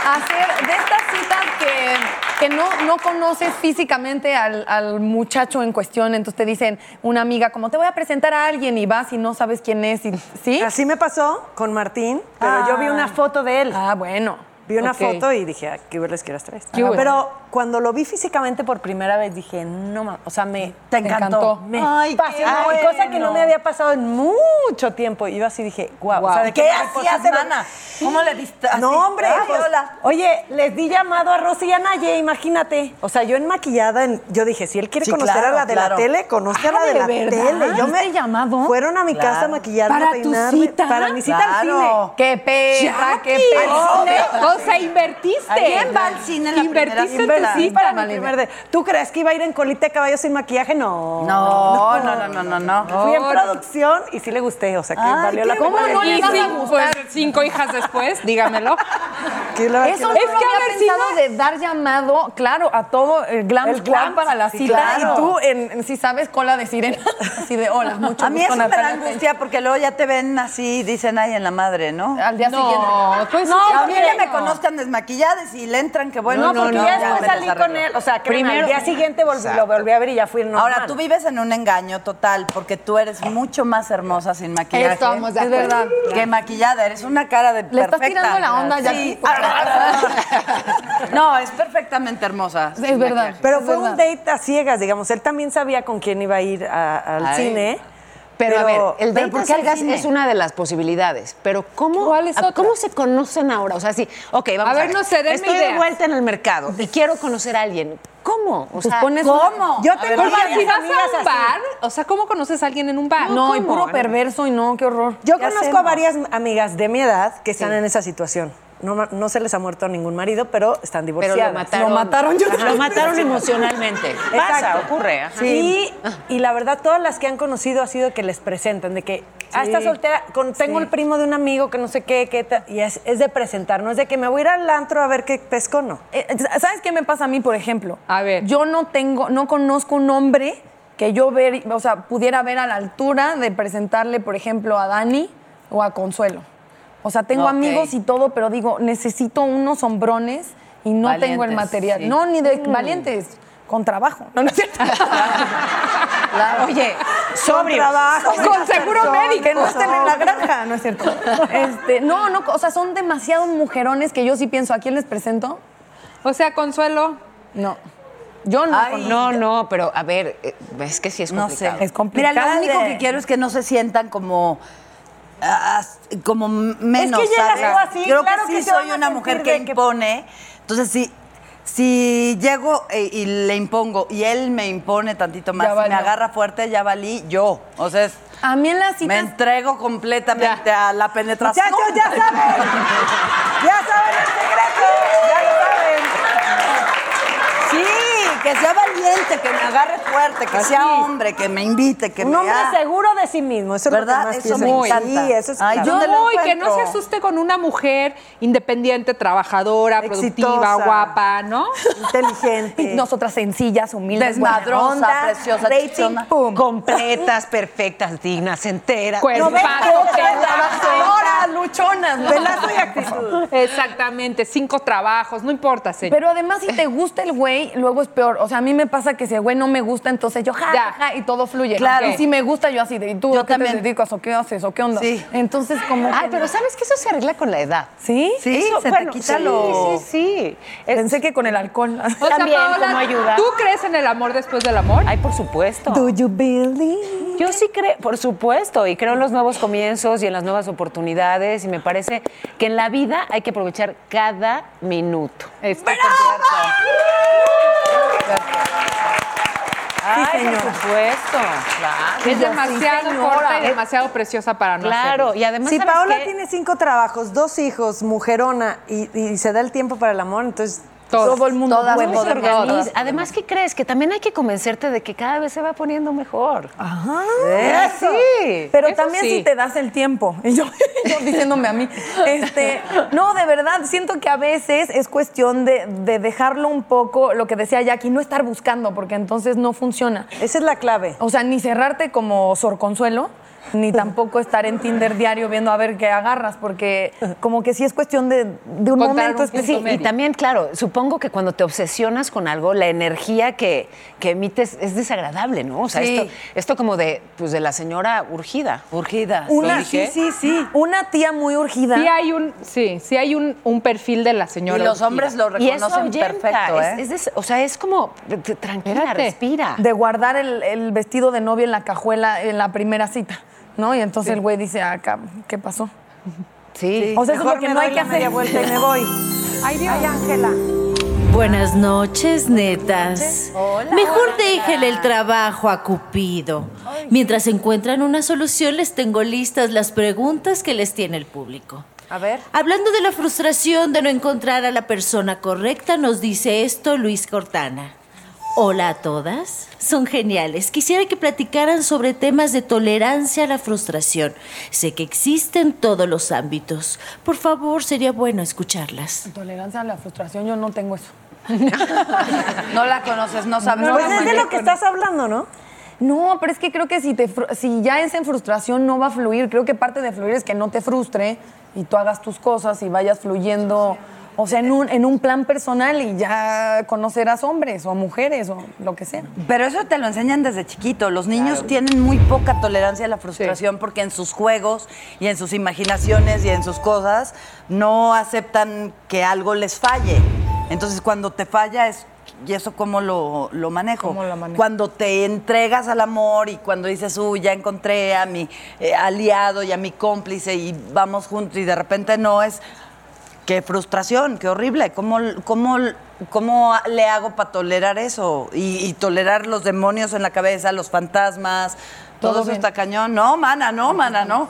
Speaker 5: a hacer de estas citas que, que no, no conoces físicamente al, al muchacho en cuestión? Entonces te dicen una amiga, como te voy a presentar a alguien y vas y no sabes quién es. Y, ¿Sí?
Speaker 7: Así me pasó con Martín, pero yo vi una foto de él.
Speaker 5: Ah, bueno.
Speaker 7: Vi una
Speaker 5: Ok.
Speaker 7: foto y dije, ah, ¿qué verles quieras traer?
Speaker 5: ¿Qué hubo?
Speaker 7: Pero cuando lo vi físicamente por primera vez dije, no, ma- o sea, me te
Speaker 5: encantó.
Speaker 7: Me
Speaker 5: Ay,
Speaker 7: fascinó,
Speaker 5: qué
Speaker 7: y cosa que
Speaker 5: bueno.
Speaker 7: no me había pasado en mucho tiempo. Y yo así dije, guau, o sea, ¿de
Speaker 3: ¿Qué
Speaker 7: qué
Speaker 3: hacías,
Speaker 7: hacías,
Speaker 3: hermana? ¿Cómo le diste así? ah,
Speaker 7: No, hombre,
Speaker 3: Ay,
Speaker 7: pues,
Speaker 3: hola.
Speaker 7: oye, les di llamado a Rosy y a Naye, imagínate. O sea, yo en maquillada, en- yo dije, si él quiere
Speaker 3: Sí,
Speaker 7: conocer
Speaker 3: claro,
Speaker 7: a la de
Speaker 3: claro.
Speaker 7: la tele, conoce a la
Speaker 5: Ah,
Speaker 7: de,
Speaker 5: ¿de
Speaker 7: la
Speaker 5: verdad?
Speaker 7: tele. Yo me
Speaker 5: ¿Diste llamado?
Speaker 7: Fueron a mi casa a
Speaker 5: Claro.
Speaker 7: maquillarme,
Speaker 5: ¿Para
Speaker 7: a
Speaker 5: tu
Speaker 7: peinarme,
Speaker 5: cita?
Speaker 7: Para mi cita al
Speaker 5: Claro.
Speaker 7: cine.
Speaker 5: ¡Qué perra, qué perra!
Speaker 6: O sea, invertiste.
Speaker 5: ¿Quién va al
Speaker 6: cine en la Invertiste primera en tu
Speaker 7: Invertí
Speaker 6: cita.
Speaker 7: para mi primer de- ¿Tú crees que iba a ir en colita de caballo sin maquillaje? No.
Speaker 3: No, no, no, no, no, no.
Speaker 7: Fui en producción y sí le gusté, o sea, que
Speaker 3: Ay,
Speaker 7: valió la
Speaker 3: qué
Speaker 7: pena.
Speaker 6: ¿Cómo no le
Speaker 7: Y
Speaker 6: vas
Speaker 7: sí,
Speaker 6: a gustar? Pues, cinco hijas después, dígamelo.
Speaker 7: que la-
Speaker 5: Eso no
Speaker 7: que
Speaker 5: es
Speaker 7: la-
Speaker 5: que había pensado de dar llamado, claro, a todo el glam
Speaker 7: El
Speaker 5: squad
Speaker 7: glam,
Speaker 5: para la
Speaker 7: sí,
Speaker 5: cita.
Speaker 7: claro.
Speaker 5: Y tú, en, en- si sabes, cola de sirena. Así de, hola, mucho
Speaker 3: A mí
Speaker 5: gusto,
Speaker 3: eso me da
Speaker 5: Natalia Peña.
Speaker 3: angustia porque luego ya te ven así y dicen, ay, en la madre, ¿no?
Speaker 5: Al día
Speaker 6: No,
Speaker 5: siguiente.
Speaker 6: pues
Speaker 3: No,
Speaker 6: sí,
Speaker 3: a mí que
Speaker 6: no.
Speaker 3: me conozcan desmaquilladas y le entran, que bueno.
Speaker 7: No, porque ya después
Speaker 3: me
Speaker 7: salí
Speaker 3: desarreglo.
Speaker 7: con él, o sea, que
Speaker 3: Primero-
Speaker 7: al día siguiente volví- lo volví a ver y ya fui normal.
Speaker 3: Ahora, tú vives en un engaño total, porque tú eres mucho más hermosa sin maquillaje.
Speaker 5: Estamos de acuerdo. Es verdad.
Speaker 3: Que maquillada, eres una cara de
Speaker 5: Le estás
Speaker 3: perfecta.
Speaker 5: tirando la onda,
Speaker 3: Sí.
Speaker 5: Jackie, por
Speaker 3: No, es perfectamente hermosa. sin maquillaje.
Speaker 7: Pero fue un date a ciegas, digamos. Él también sabía con quién iba a ir a- al
Speaker 3: Ay.
Speaker 7: cine.
Speaker 2: Pero, a ver, el
Speaker 7: pero
Speaker 2: date
Speaker 7: ¿por
Speaker 2: a
Speaker 7: qué al
Speaker 2: ciegas
Speaker 7: cine?
Speaker 2: es una de las posibilidades. Pero ¿cómo, a- ¿cómo se conocen ahora? O sea, sí, ok, vamos a
Speaker 6: A
Speaker 2: ver.
Speaker 6: ver, no sé, denme
Speaker 2: Estoy de
Speaker 6: ideas.
Speaker 2: vuelta en el mercado y quiero conocer a alguien. ¿Cómo? O
Speaker 5: Pues
Speaker 2: sea,
Speaker 5: pones
Speaker 3: ¿cómo?
Speaker 7: Yo
Speaker 3: A ver,
Speaker 7: tengo
Speaker 6: Porque
Speaker 7: varias
Speaker 6: si
Speaker 7: amigas
Speaker 6: vas a un
Speaker 7: así.
Speaker 6: bar, o sea, ¿cómo conoces a alguien en un bar?
Speaker 5: Ah, No, y
Speaker 6: ¿Cómo?
Speaker 5: puro perverso y no, qué horror.
Speaker 7: Yo
Speaker 3: ¿Qué
Speaker 7: conozco a
Speaker 3: hacemos?
Speaker 7: varias amigas de mi edad que están en esa situación. No, ma- no se les ha muerto ningún marido, pero están
Speaker 2: Pero
Speaker 7: divorciadas.
Speaker 2: lo mataron.
Speaker 5: Lo mataron, yo
Speaker 2: Lo mataron emocionalmente. Pasa,
Speaker 7: Exacto.
Speaker 2: ocurre. ajá.
Speaker 7: Sí. Y, y la verdad, todas las que han conocido ha sido que les presentan, de que, ah, está soltera, con- tengo el primo de un amigo que no sé qué, qué ta-". y es, es de presentar, no es de que me voy a ir al antro a ver qué pesco, no.
Speaker 5: Eh, eh, ¿Sabes qué me pasa a mí, por ejemplo?
Speaker 6: A ver.
Speaker 5: Yo no tengo, no conozco un hombre que yo ver, o sea, pudiera ver a la altura de presentarle, por ejemplo, a Dani o a Consuelo. O sea, tengo
Speaker 3: Ok.
Speaker 5: amigos y todo, pero digo, necesito unos hombrones y no tengo el
Speaker 3: Valientes,
Speaker 5: material.
Speaker 3: sí.
Speaker 5: No, ni de valientes, con trabajo. No, no es cierto.
Speaker 2: Oye,
Speaker 7: Sobrio.
Speaker 5: Con seguro médico. Que no estén en la granja, no es cierto. Este, no, no, o sea, son demasiados mujerones que yo sí pienso, ¿a quién les presento?
Speaker 6: O sea, Consuelo.
Speaker 5: No. Yo no.
Speaker 3: Ay,
Speaker 2: No, no, pero a ver, eh, es que sí es
Speaker 3: No sé.
Speaker 2: complicado.
Speaker 5: Es complicado.
Speaker 3: Mira, lo único que quiero es que no se sientan como. ah, como menos.
Speaker 7: Es que llegas
Speaker 3: ¿sabes?
Speaker 7: tú así,
Speaker 3: Creo
Speaker 7: claro
Speaker 3: que
Speaker 7: que
Speaker 3: sí
Speaker 7: te van
Speaker 3: soy
Speaker 7: a
Speaker 3: una
Speaker 7: sentir
Speaker 3: mujer
Speaker 7: de
Speaker 3: que
Speaker 7: que-
Speaker 3: impone. Entonces, si, si llego eh, y le impongo y él me impone tantito más,
Speaker 5: Ya
Speaker 3: y me
Speaker 5: valió.
Speaker 3: agarra fuerte, ya valí yo. O sea, es-
Speaker 5: A mí en las
Speaker 3: me
Speaker 5: citas
Speaker 3: entrego completamente a la penetración.
Speaker 7: Muchachos, ya saben. Ya saben el secreto. Ya lo saben.
Speaker 3: Sí, que sea valiente, que me agarre fuerte, que sea hombre, que me invite, que
Speaker 7: Un
Speaker 3: me
Speaker 7: hombre
Speaker 3: ah,
Speaker 7: seguro de sí mismo. Eso es
Speaker 3: ¿Verdad?
Speaker 7: lo que más
Speaker 3: Eso me
Speaker 7: pienso.
Speaker 3: encanta.
Speaker 7: Sí, eso es
Speaker 3: Ay,
Speaker 7: clave.
Speaker 3: yo- ¿Dónde lo
Speaker 6: No, y que no se
Speaker 3: encuentro?
Speaker 6: asuste con una mujer independiente, trabajadora, productiva,
Speaker 7: Exitosa.
Speaker 6: guapa, ¿no?
Speaker 7: inteligente.
Speaker 5: nosotras sencillas, humildes,
Speaker 3: Desmadrosa,
Speaker 5: buena onda,
Speaker 3: preciosa,
Speaker 5: rating,
Speaker 3: chichona.
Speaker 5: pum.
Speaker 2: Completas, perfectas, dignas, enteras.
Speaker 6: Cuerpazo,
Speaker 5: Trabajadoras, luchonas, ¿no?
Speaker 7: Pelazo y actitud.
Speaker 6: Exactamente, cinco trabajos, no importa, señor.
Speaker 5: Pero además, si te gusta el güey, luego es peor. O sea, a mí me pasa que si el güey no me gusta, entonces yo ja,
Speaker 6: Ya.
Speaker 5: ja, ja, y todo fluye.
Speaker 6: Claro.
Speaker 5: Y si me gusta, yo así de, ¿y tú
Speaker 3: Yo
Speaker 5: a qué
Speaker 3: también.
Speaker 5: te dedicas o qué haces o qué onda?
Speaker 3: Sí.
Speaker 5: Entonces, como.
Speaker 2: Ay,
Speaker 5: que-
Speaker 2: pero ¿sabes que eso se arregla con la edad?
Speaker 5: ¿Sí?
Speaker 3: Sí,
Speaker 2: Eso,
Speaker 3: se
Speaker 2: bueno,
Speaker 3: te quita
Speaker 2: sí,
Speaker 3: lo.
Speaker 2: Sí, sí, Es-
Speaker 5: Pensé que con el alcohol.
Speaker 6: O sea,
Speaker 2: También,
Speaker 6: Paola,
Speaker 2: como ayuda.
Speaker 6: ¿tú crees en el amor después del amor?
Speaker 2: Ay, por supuesto.
Speaker 5: you believe?
Speaker 2: Yo sí creo, por supuesto, y creo en los nuevos comienzos y en las nuevas oportunidades, y me parece que en la vida hay que aprovechar cada minuto.
Speaker 6: Estoy
Speaker 2: Ay,
Speaker 6: señora.
Speaker 2: por supuesto. Claro.
Speaker 6: Es demasiado corta y demasiado preciosa para no hacerlo.
Speaker 7: si Paola tiene cinco trabajos, dos hijos, mujerona y, y se da el tiempo para el amor, entonces todo el mundo
Speaker 2: Todas
Speaker 7: puede
Speaker 2: se
Speaker 7: poder-
Speaker 2: organiza. Además, ¿qué crees? Que también hay que convencerte de que cada vez se va poniendo mejor.
Speaker 5: Ajá.
Speaker 2: Eso.
Speaker 5: Sí. Pero
Speaker 2: Eso
Speaker 5: también
Speaker 2: sí.
Speaker 5: si te das el tiempo. Y yo, yo diciéndome a mí. Este, no, de verdad, siento que a veces es cuestión de, de dejarlo un poco, lo que decía Jackie, no estar buscando, porque entonces no funciona.
Speaker 7: Esa es la clave.
Speaker 5: O sea, ni cerrarte como Sor Consuelo, ni tampoco estar en Tinder diario viendo a ver qué agarras, porque como que sí es cuestión de, de un momento
Speaker 2: Sí,
Speaker 5: específico.
Speaker 2: y también, claro, supongo que cuando te obsesionas con algo, la energía que, que emites es desagradable, ¿no? O sea,
Speaker 5: Sí.
Speaker 2: esto, esto como de, pues, de la señora urgida. Urgida.
Speaker 5: Una, sí, sí. Una tía muy urgida.
Speaker 6: Sí hay un, sí, sí hay un, un perfil de la señora. urgida.
Speaker 2: Y eso ahuyenta, es- es des- o sea, es como, t- tranquila, respira.
Speaker 5: De guardar el, el vestido de novia en la cajuela en la primera cita, ¿no? Y entonces el güey dice, acá, ¿qué pasó?
Speaker 2: Sí.
Speaker 5: O sea, eso es
Speaker 7: Mejor
Speaker 5: lo que
Speaker 7: me
Speaker 5: no hay
Speaker 7: doy
Speaker 5: que
Speaker 7: la
Speaker 5: hacer.
Speaker 7: media vuelta y me voy.
Speaker 5: Ay, Dios. Ay,
Speaker 7: Ángela.
Speaker 1: Buenas noches, netas. Mejor déjenle el trabajo a Cupido. Mientras encuentran una solución, les tengo listas las preguntas que les tiene el público.
Speaker 7: A ver.
Speaker 1: Hablando de la frustración de no encontrar a la persona correcta, nos dice esto Luis Cortana. Hola a todas, son geniales. Quisiera que platicaran sobre temas de tolerancia a la frustración. Sé que existen todos los ámbitos. Por favor, sería bueno escucharlas.
Speaker 5: Tolerancia a la frustración, yo no tengo eso.
Speaker 3: No la conoces, no sabes.
Speaker 5: No,
Speaker 3: cómo
Speaker 5: pues es de
Speaker 3: lidiar
Speaker 5: lo que
Speaker 3: con-
Speaker 5: estás hablando, ¿no? No, pero es que creo que si, te fru- si ya es en frustración no va a fluir. Creo que parte de fluir es que no te frustre y tú hagas tus cosas y vayas fluyendo, o sea, en un, en un plan personal y ya conocerás hombres o mujeres o lo que sea.
Speaker 3: Pero eso te lo enseñan desde chiquito. Los niños tienen muy poca tolerancia a la frustración porque en sus juegos y en sus imaginaciones y en sus cosas no aceptan que algo les falle. Entonces cuando te falla es... ¿Y eso cómo lo, lo manejo? Cuando te entregas al amor y cuando dices, uy, ya encontré a mi eh, aliado y a mi cómplice y vamos juntos y de repente no es, Qué frustración, qué horrible. ¿Cómo, cómo, cómo le hago para tolerar eso? Y, y tolerar los demonios en la cabeza, los fantasmas, todo,
Speaker 5: Todo
Speaker 3: eso
Speaker 5: bien.
Speaker 3: está cañón. No, mana, no, mana, no.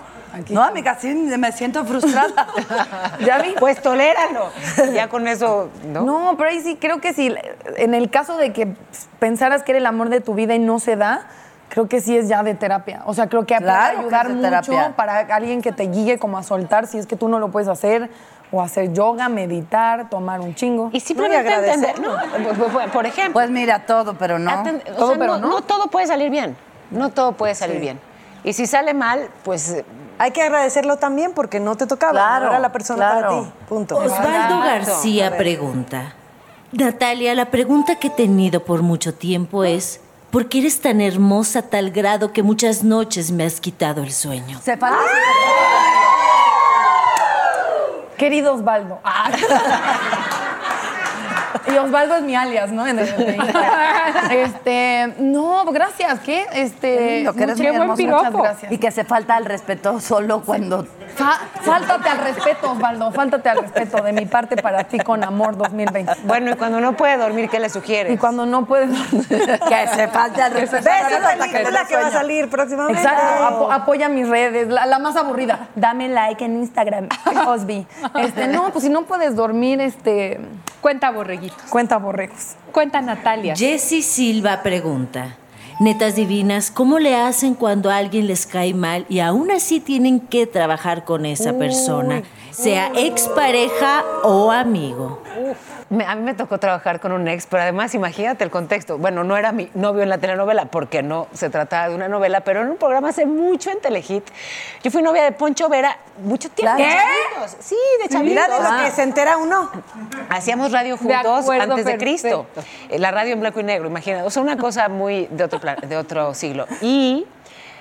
Speaker 3: no, amiga, sí me siento frustrada.
Speaker 5: ¿Ya vi?
Speaker 2: Pues toléralo. Ya con eso, ¿no?
Speaker 5: No, pero ahí sí creo que sí. En el caso de que pensaras que era el amor de tu vida y no se da, creo que sí es ya de terapia. O sea, creo que
Speaker 3: Claro
Speaker 5: puede
Speaker 3: que
Speaker 5: ayudar
Speaker 3: es de
Speaker 5: mucho
Speaker 3: terapia.
Speaker 5: para alguien que te guíe como a soltar si es que tú no lo puedes hacer. O hacer yoga, meditar, tomar un chingo. Y
Speaker 2: simplemente entender, ¿no? Por ejemplo.
Speaker 3: Pues mira, todo, pero no.
Speaker 2: Aten- o sea, no, no todo puede salir bien. No todo puede salir bien. Y si sale mal, pues...
Speaker 7: Hay que agradecerlo también porque no te tocaba,
Speaker 2: Claro,
Speaker 7: no era la persona para
Speaker 2: claro.
Speaker 7: ti. Punto.
Speaker 1: Osvaldo
Speaker 7: A
Speaker 1: García
Speaker 7: ver.
Speaker 1: pregunta. Natalia, la pregunta que he tenido por mucho tiempo es, ¿por qué eres tan hermosa a tal grado que muchas noches me has quitado el sueño?
Speaker 3: Se falta.
Speaker 5: ¡Ah! Querido Osvaldo. Ah. Y Osvaldo es mi alias, ¿no? En el- este, no, gracias, ¿qué? Este,
Speaker 3: Lo que eres
Speaker 5: qué
Speaker 3: muy
Speaker 5: buen
Speaker 3: hermosa,
Speaker 5: piropo.
Speaker 3: muchas gracias. Y que se falta al respeto solo cuando
Speaker 5: Fa- fáltate al respeto, Osvaldo, fáltate al respeto de mi parte para ti con amor 2020.
Speaker 2: Bueno, y cuando no puede dormir, ¿qué le sugieres?
Speaker 5: Y cuando no puede dormir.
Speaker 3: que se falta al
Speaker 5: Que se
Speaker 3: respeto.
Speaker 5: falte al
Speaker 3: Esa
Speaker 5: respeto.
Speaker 3: película
Speaker 5: Hasta que
Speaker 3: que va a
Speaker 5: sueña.
Speaker 3: salir
Speaker 7: próximamente.
Speaker 5: Exacto, apo- apoya mis redes, la, la más aburrida. Dame like en Instagram, Osby. Este, no, pues si no puedes dormir, este... Cuenta borreguitos. Cuenta borregos. Cuenta Natalia.
Speaker 1: Jessy Silva pregunta, netas divinas, ¿cómo le hacen cuando a alguien les cae mal y aún así tienen que trabajar con esa persona, sea expareja o amigo?
Speaker 2: Me- a mí me tocó trabajar con un ex, pero además imagínate el contexto. Bueno, no era mi novio en la telenovela, porque no se trataba de una novela, pero en un programa hace mucho en Telehit. Yo fui novia de Poncho Vera mucho tiempo.
Speaker 7: Claro. ¿Qué?
Speaker 2: de chavitos. Sí, de chavitos.
Speaker 7: Mira de lo
Speaker 2: Ah.
Speaker 7: que se entera uno.
Speaker 2: Hacíamos radio
Speaker 7: De
Speaker 2: juntos
Speaker 7: acuerdo,
Speaker 2: antes de Cristo.
Speaker 7: perfecto.
Speaker 2: Eh, La radio en blanco y negro, imagínate. O sea, una cosa muy de otro, plan- de otro siglo. Y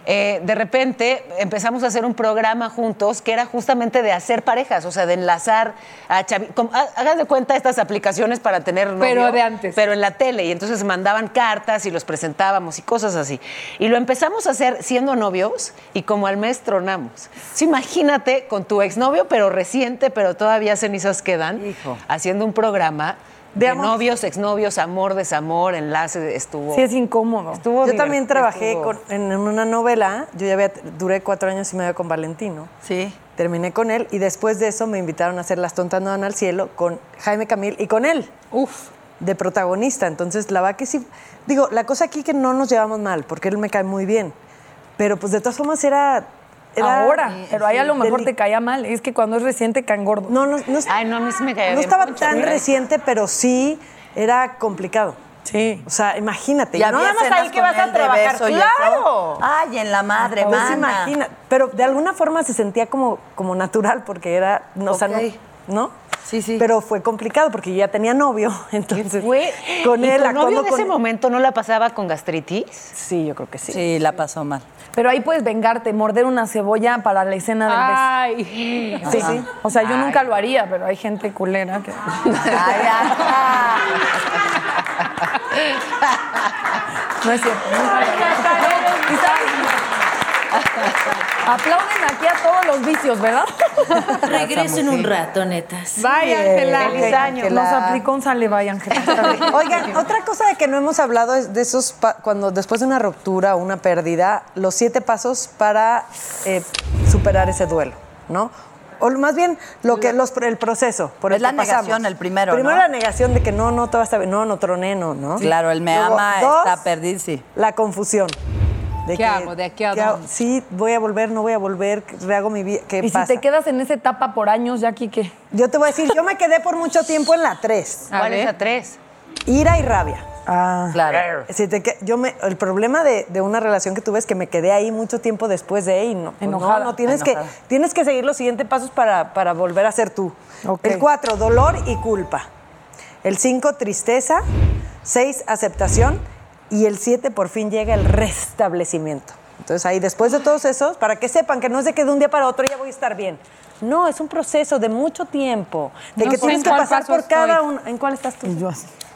Speaker 2: eh, de repente empezamos a hacer un programa juntos que era justamente de hacer parejas, o sea, de enlazar a chavi- como- ha- Hagas de cuenta estas aplicaciones para tener novio.
Speaker 6: Pero de antes.
Speaker 2: Pero en la tele. Y entonces mandaban cartas y los presentábamos y cosas así. Y lo empezamos a hacer siendo novios y como al mes tronamos. Entonces, imagínate con tu exnovio, pero reciente, pero todavía cenizas quedan haciendo un programa
Speaker 12: De, novios, exnovios, amor, desamor, enlace, estuvo.
Speaker 2: Sí, es
Speaker 5: incómodo.
Speaker 2: yo también trabajé
Speaker 12: estuvo-
Speaker 2: con- en una novela. Yo ya había, duré cuatro años y medio con Valentino.
Speaker 3: Sí.
Speaker 2: Terminé con él y después de eso me invitaron a hacer Las Tontas No Van al Cielo con Jaime Camil y con él.
Speaker 6: Uf.
Speaker 2: De protagonista. Entonces, la va que sí. Digo, la cosa aquí que no nos llevamos mal, porque él me cae muy bien. Pero pues de todas formas era. era-
Speaker 5: Ahora, pero ahí a lo mejor
Speaker 2: deli-
Speaker 5: te caía mal. Es que cuando es reciente, caen gordo.
Speaker 2: No, no, no.
Speaker 12: Ay, no, a mí sí me caía
Speaker 2: No
Speaker 12: bien
Speaker 2: estaba
Speaker 12: Poncho,
Speaker 2: tan
Speaker 12: ¿verdad?
Speaker 2: reciente, pero sí era complicado.
Speaker 5: Sí.
Speaker 2: O sea, imagínate.
Speaker 3: Y
Speaker 2: no
Speaker 3: había
Speaker 2: nada más
Speaker 3: cenas
Speaker 2: ahí que
Speaker 3: con
Speaker 2: vas
Speaker 3: él
Speaker 2: a
Speaker 3: de
Speaker 2: trabajar.
Speaker 3: beso y eso.
Speaker 2: ¡Claro!
Speaker 3: Ay, en la madre,
Speaker 2: No se
Speaker 3: mana.
Speaker 2: imagina. Pero de alguna forma se sentía como, como natural porque era... No, o sea, no-
Speaker 3: Ok.
Speaker 2: ¿no? Sí, sí. Pero fue complicado porque yo ya tenía novio, entonces... Con
Speaker 12: ¿Y
Speaker 2: él,
Speaker 12: tu novio
Speaker 2: actuando
Speaker 12: en
Speaker 2: con
Speaker 12: ese momento no la pasaba con gastritis?
Speaker 2: Sí, yo creo que sí.
Speaker 3: Sí, la pasó mal.
Speaker 5: Pero ahí puedes vengarte, morder una cebolla para la escena del beso.
Speaker 2: Ah,
Speaker 6: Ay.
Speaker 2: pues,
Speaker 5: Sí,
Speaker 6: Ajá.
Speaker 5: sí. O sea, yo
Speaker 6: Ay.
Speaker 5: nunca lo haría, pero hay gente culera que. No es cierto. nunca lo haría. Y sabes, Aplauden aquí a todos los vicios, ¿verdad?
Speaker 13: Regreso en un rato, netas.
Speaker 5: Vaya,
Speaker 2: Ángela. Feliz año.
Speaker 5: Nos aplicó un sale, vaya, Ángela.
Speaker 2: Oigan, otra cosa de que no hemos hablado es de esos, pa- cuando después de una ruptura o una pérdida, los siete pasos para eh, superar ese duelo, ¿no? O lo- más bien lo que los, el proceso por el
Speaker 3: Es la
Speaker 2: que pasamos.
Speaker 3: negación, el primero,
Speaker 2: Primero
Speaker 3: ¿no?
Speaker 2: la negación de que no, no, todo está bien, no, no troné, no, ¿no?
Speaker 3: Claro, el me
Speaker 2: Luego,
Speaker 3: ama
Speaker 2: dos,
Speaker 3: está perdido, sí.
Speaker 2: La confusión.
Speaker 5: ¿Qué hago? ¿De aquí a
Speaker 2: qué hago?
Speaker 5: dónde?
Speaker 2: Sí, voy a volver, no voy a volver, rehago mi vida. ¿Qué
Speaker 5: Y si
Speaker 2: pasa?
Speaker 5: te quedas en esa etapa por años, ya aquí qué.
Speaker 2: Yo te voy a decir, yo me quedé por mucho tiempo en la 3.
Speaker 5: A ¿Cuál es ver. la
Speaker 12: tres?
Speaker 2: Ira y rabia.
Speaker 5: Ah,
Speaker 3: claro.
Speaker 2: Si te que- yo me, el problema de, de una relación que tuve es que me quedé ahí mucho tiempo después de ahí. No, pues no,
Speaker 5: Enojada.
Speaker 2: No, tienes,
Speaker 5: Enojada.
Speaker 2: Que, tienes que seguir los siguientes pasos para, para volver a ser tú.
Speaker 5: Ok.
Speaker 2: El 4, dolor y culpa. El 5, tristeza. 6, aceptación. Y el 7, por fin llega el restablecimiento. Entonces ahí, después de todos esos, para que sepan que no es de que de un día para otro ya voy a estar bien. No, es un proceso de mucho tiempo, de
Speaker 6: No
Speaker 2: que
Speaker 6: sé
Speaker 2: tienes
Speaker 6: en
Speaker 2: que
Speaker 6: cuál
Speaker 2: pasar
Speaker 6: paso
Speaker 2: por cada
Speaker 6: estoy.
Speaker 2: uno. ¿En cuál estás tú?
Speaker 6: Yo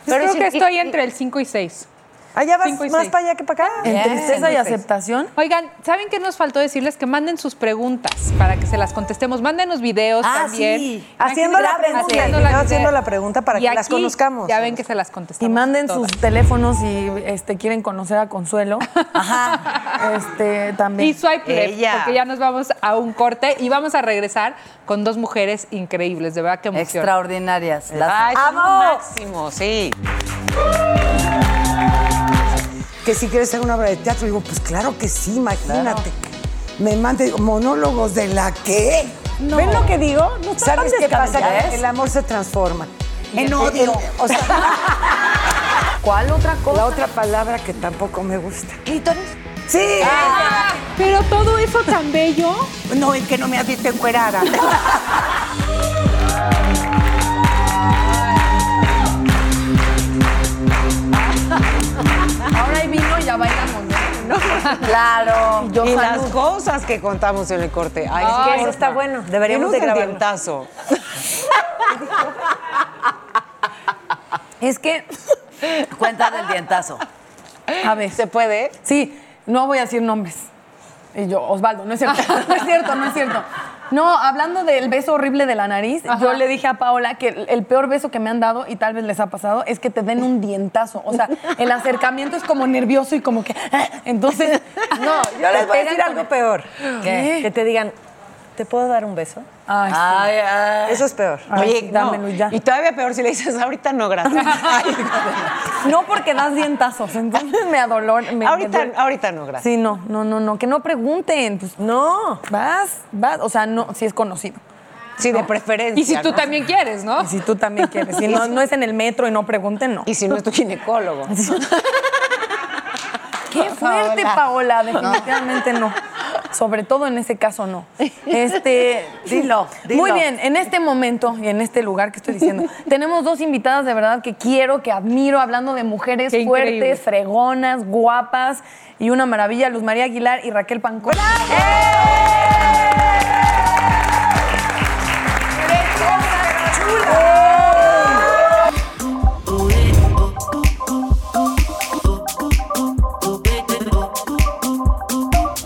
Speaker 6: creo
Speaker 2: sí,
Speaker 6: que
Speaker 2: y-
Speaker 6: estoy entre el 5 y 6.
Speaker 2: Allá vas
Speaker 6: Cinco y
Speaker 2: más
Speaker 6: seis.
Speaker 2: para allá que para acá.
Speaker 6: Bien. Cinco seis.
Speaker 5: aceptación?
Speaker 6: Oigan, ¿saben qué nos faltó decirles? Que manden sus preguntas para que se las contestemos. Mándenos videos
Speaker 2: Ah,
Speaker 6: también.
Speaker 2: sí. Haciendo la pregunta,
Speaker 6: Haciendo
Speaker 2: video haciendo la pregunta para que las conozcamos.
Speaker 6: Ya ven que se las
Speaker 5: Y
Speaker 6: contestamos.
Speaker 5: manden
Speaker 6: todas.
Speaker 5: sus teléfonos si este, quieren conocer a Consuelo. Ajá. Este, también.
Speaker 6: Y swipe left, porque ya nos vamos a un corte y vamos a regresar con dos mujeres increíbles, de verdad que emoción.
Speaker 3: Extraordinarias. Las
Speaker 6: Ay, son lo
Speaker 3: amo.
Speaker 6: máximo, sí.
Speaker 14: que si quieres hacer una obra de teatro, digo, pues claro que sí, imagínate. Me mande monólogos de la que.
Speaker 2: No. ¿Ven lo que digo? No está tan
Speaker 14: ¿Sabes qué pasa?
Speaker 2: descabellado.
Speaker 14: Que El amor se transforma.
Speaker 2: Y en odio.
Speaker 14: o sea,
Speaker 5: ¿Cuál otra cosa?
Speaker 14: La otra palabra que tampoco me gusta. ¿Clítoris? Sí.
Speaker 6: pero todo eso tan bello.
Speaker 14: No, es que no me has visto encuerada.
Speaker 5: Ahora hay vino y ya bailamos, ¿no?
Speaker 12: Claro. Y,
Speaker 5: yo
Speaker 12: las
Speaker 5: salud.
Speaker 12: cosas que contamos en el corte. Ay,
Speaker 5: Ay,
Speaker 12: sí,
Speaker 5: eso
Speaker 12: por
Speaker 5: está
Speaker 12: favor.
Speaker 5: bueno. Deberíamos
Speaker 12: Tiene
Speaker 5: de
Speaker 12: un
Speaker 5: grabarlo.
Speaker 12: dientazo.
Speaker 5: Es que.
Speaker 3: Cuenta del dientazo.
Speaker 5: A ver. ¿Se
Speaker 12: puede?
Speaker 5: Sí, no voy a decir nombres. Y yo, Osvaldo, no es cierto, no es cierto, no es cierto. No, hablando del beso horrible de la nariz, yo le dije a Paola que el, el peor beso que me han dado, y tal vez les ha pasado, es que te den un dientazo. O sea, el acercamiento es como nervioso y como que. Entonces, no,
Speaker 2: Yo les
Speaker 5: te
Speaker 2: voy a
Speaker 5: pegan
Speaker 2: decir algo
Speaker 5: con-
Speaker 2: peor.
Speaker 5: ¿Qué?
Speaker 2: Que te digan, ¿te puedo dar un beso?
Speaker 5: Ay, sí.
Speaker 2: Eso es peor.
Speaker 12: Oye,
Speaker 2: Oye,
Speaker 12: no, Y todavía peor si le dices ahorita no, gracias.
Speaker 5: No porque das dientazos, entonces me adolor. me- me
Speaker 12: ahorita,
Speaker 5: duele.
Speaker 12: ahorita no, gracias.
Speaker 5: Sí, no, no, no, no, que no pregunten. Pues no, vas, vas, o sea, no, si es conocido.
Speaker 12: Sí, de preferencia.
Speaker 6: Y si tú también quieres, ¿no?
Speaker 5: Y si tú también quieres. Si no, no es en el metro y no pregunten, no.
Speaker 12: Y si no es tu ginecólogo.
Speaker 5: Qué fuerte, Paola. Definitivamente no. Sobre todo en ese caso, no. Este.
Speaker 3: Dilo, dilo.
Speaker 5: Muy bien, en este momento y en este lugar que estoy diciendo, tenemos dos invitadas de verdad que quiero, que admiro, hablando de mujeres
Speaker 6: Qué
Speaker 5: fuertes,
Speaker 6: increíble.
Speaker 5: fregonas, guapas y una maravilla, Luz María Aguilar y Raquel Pancón.
Speaker 2: Sí,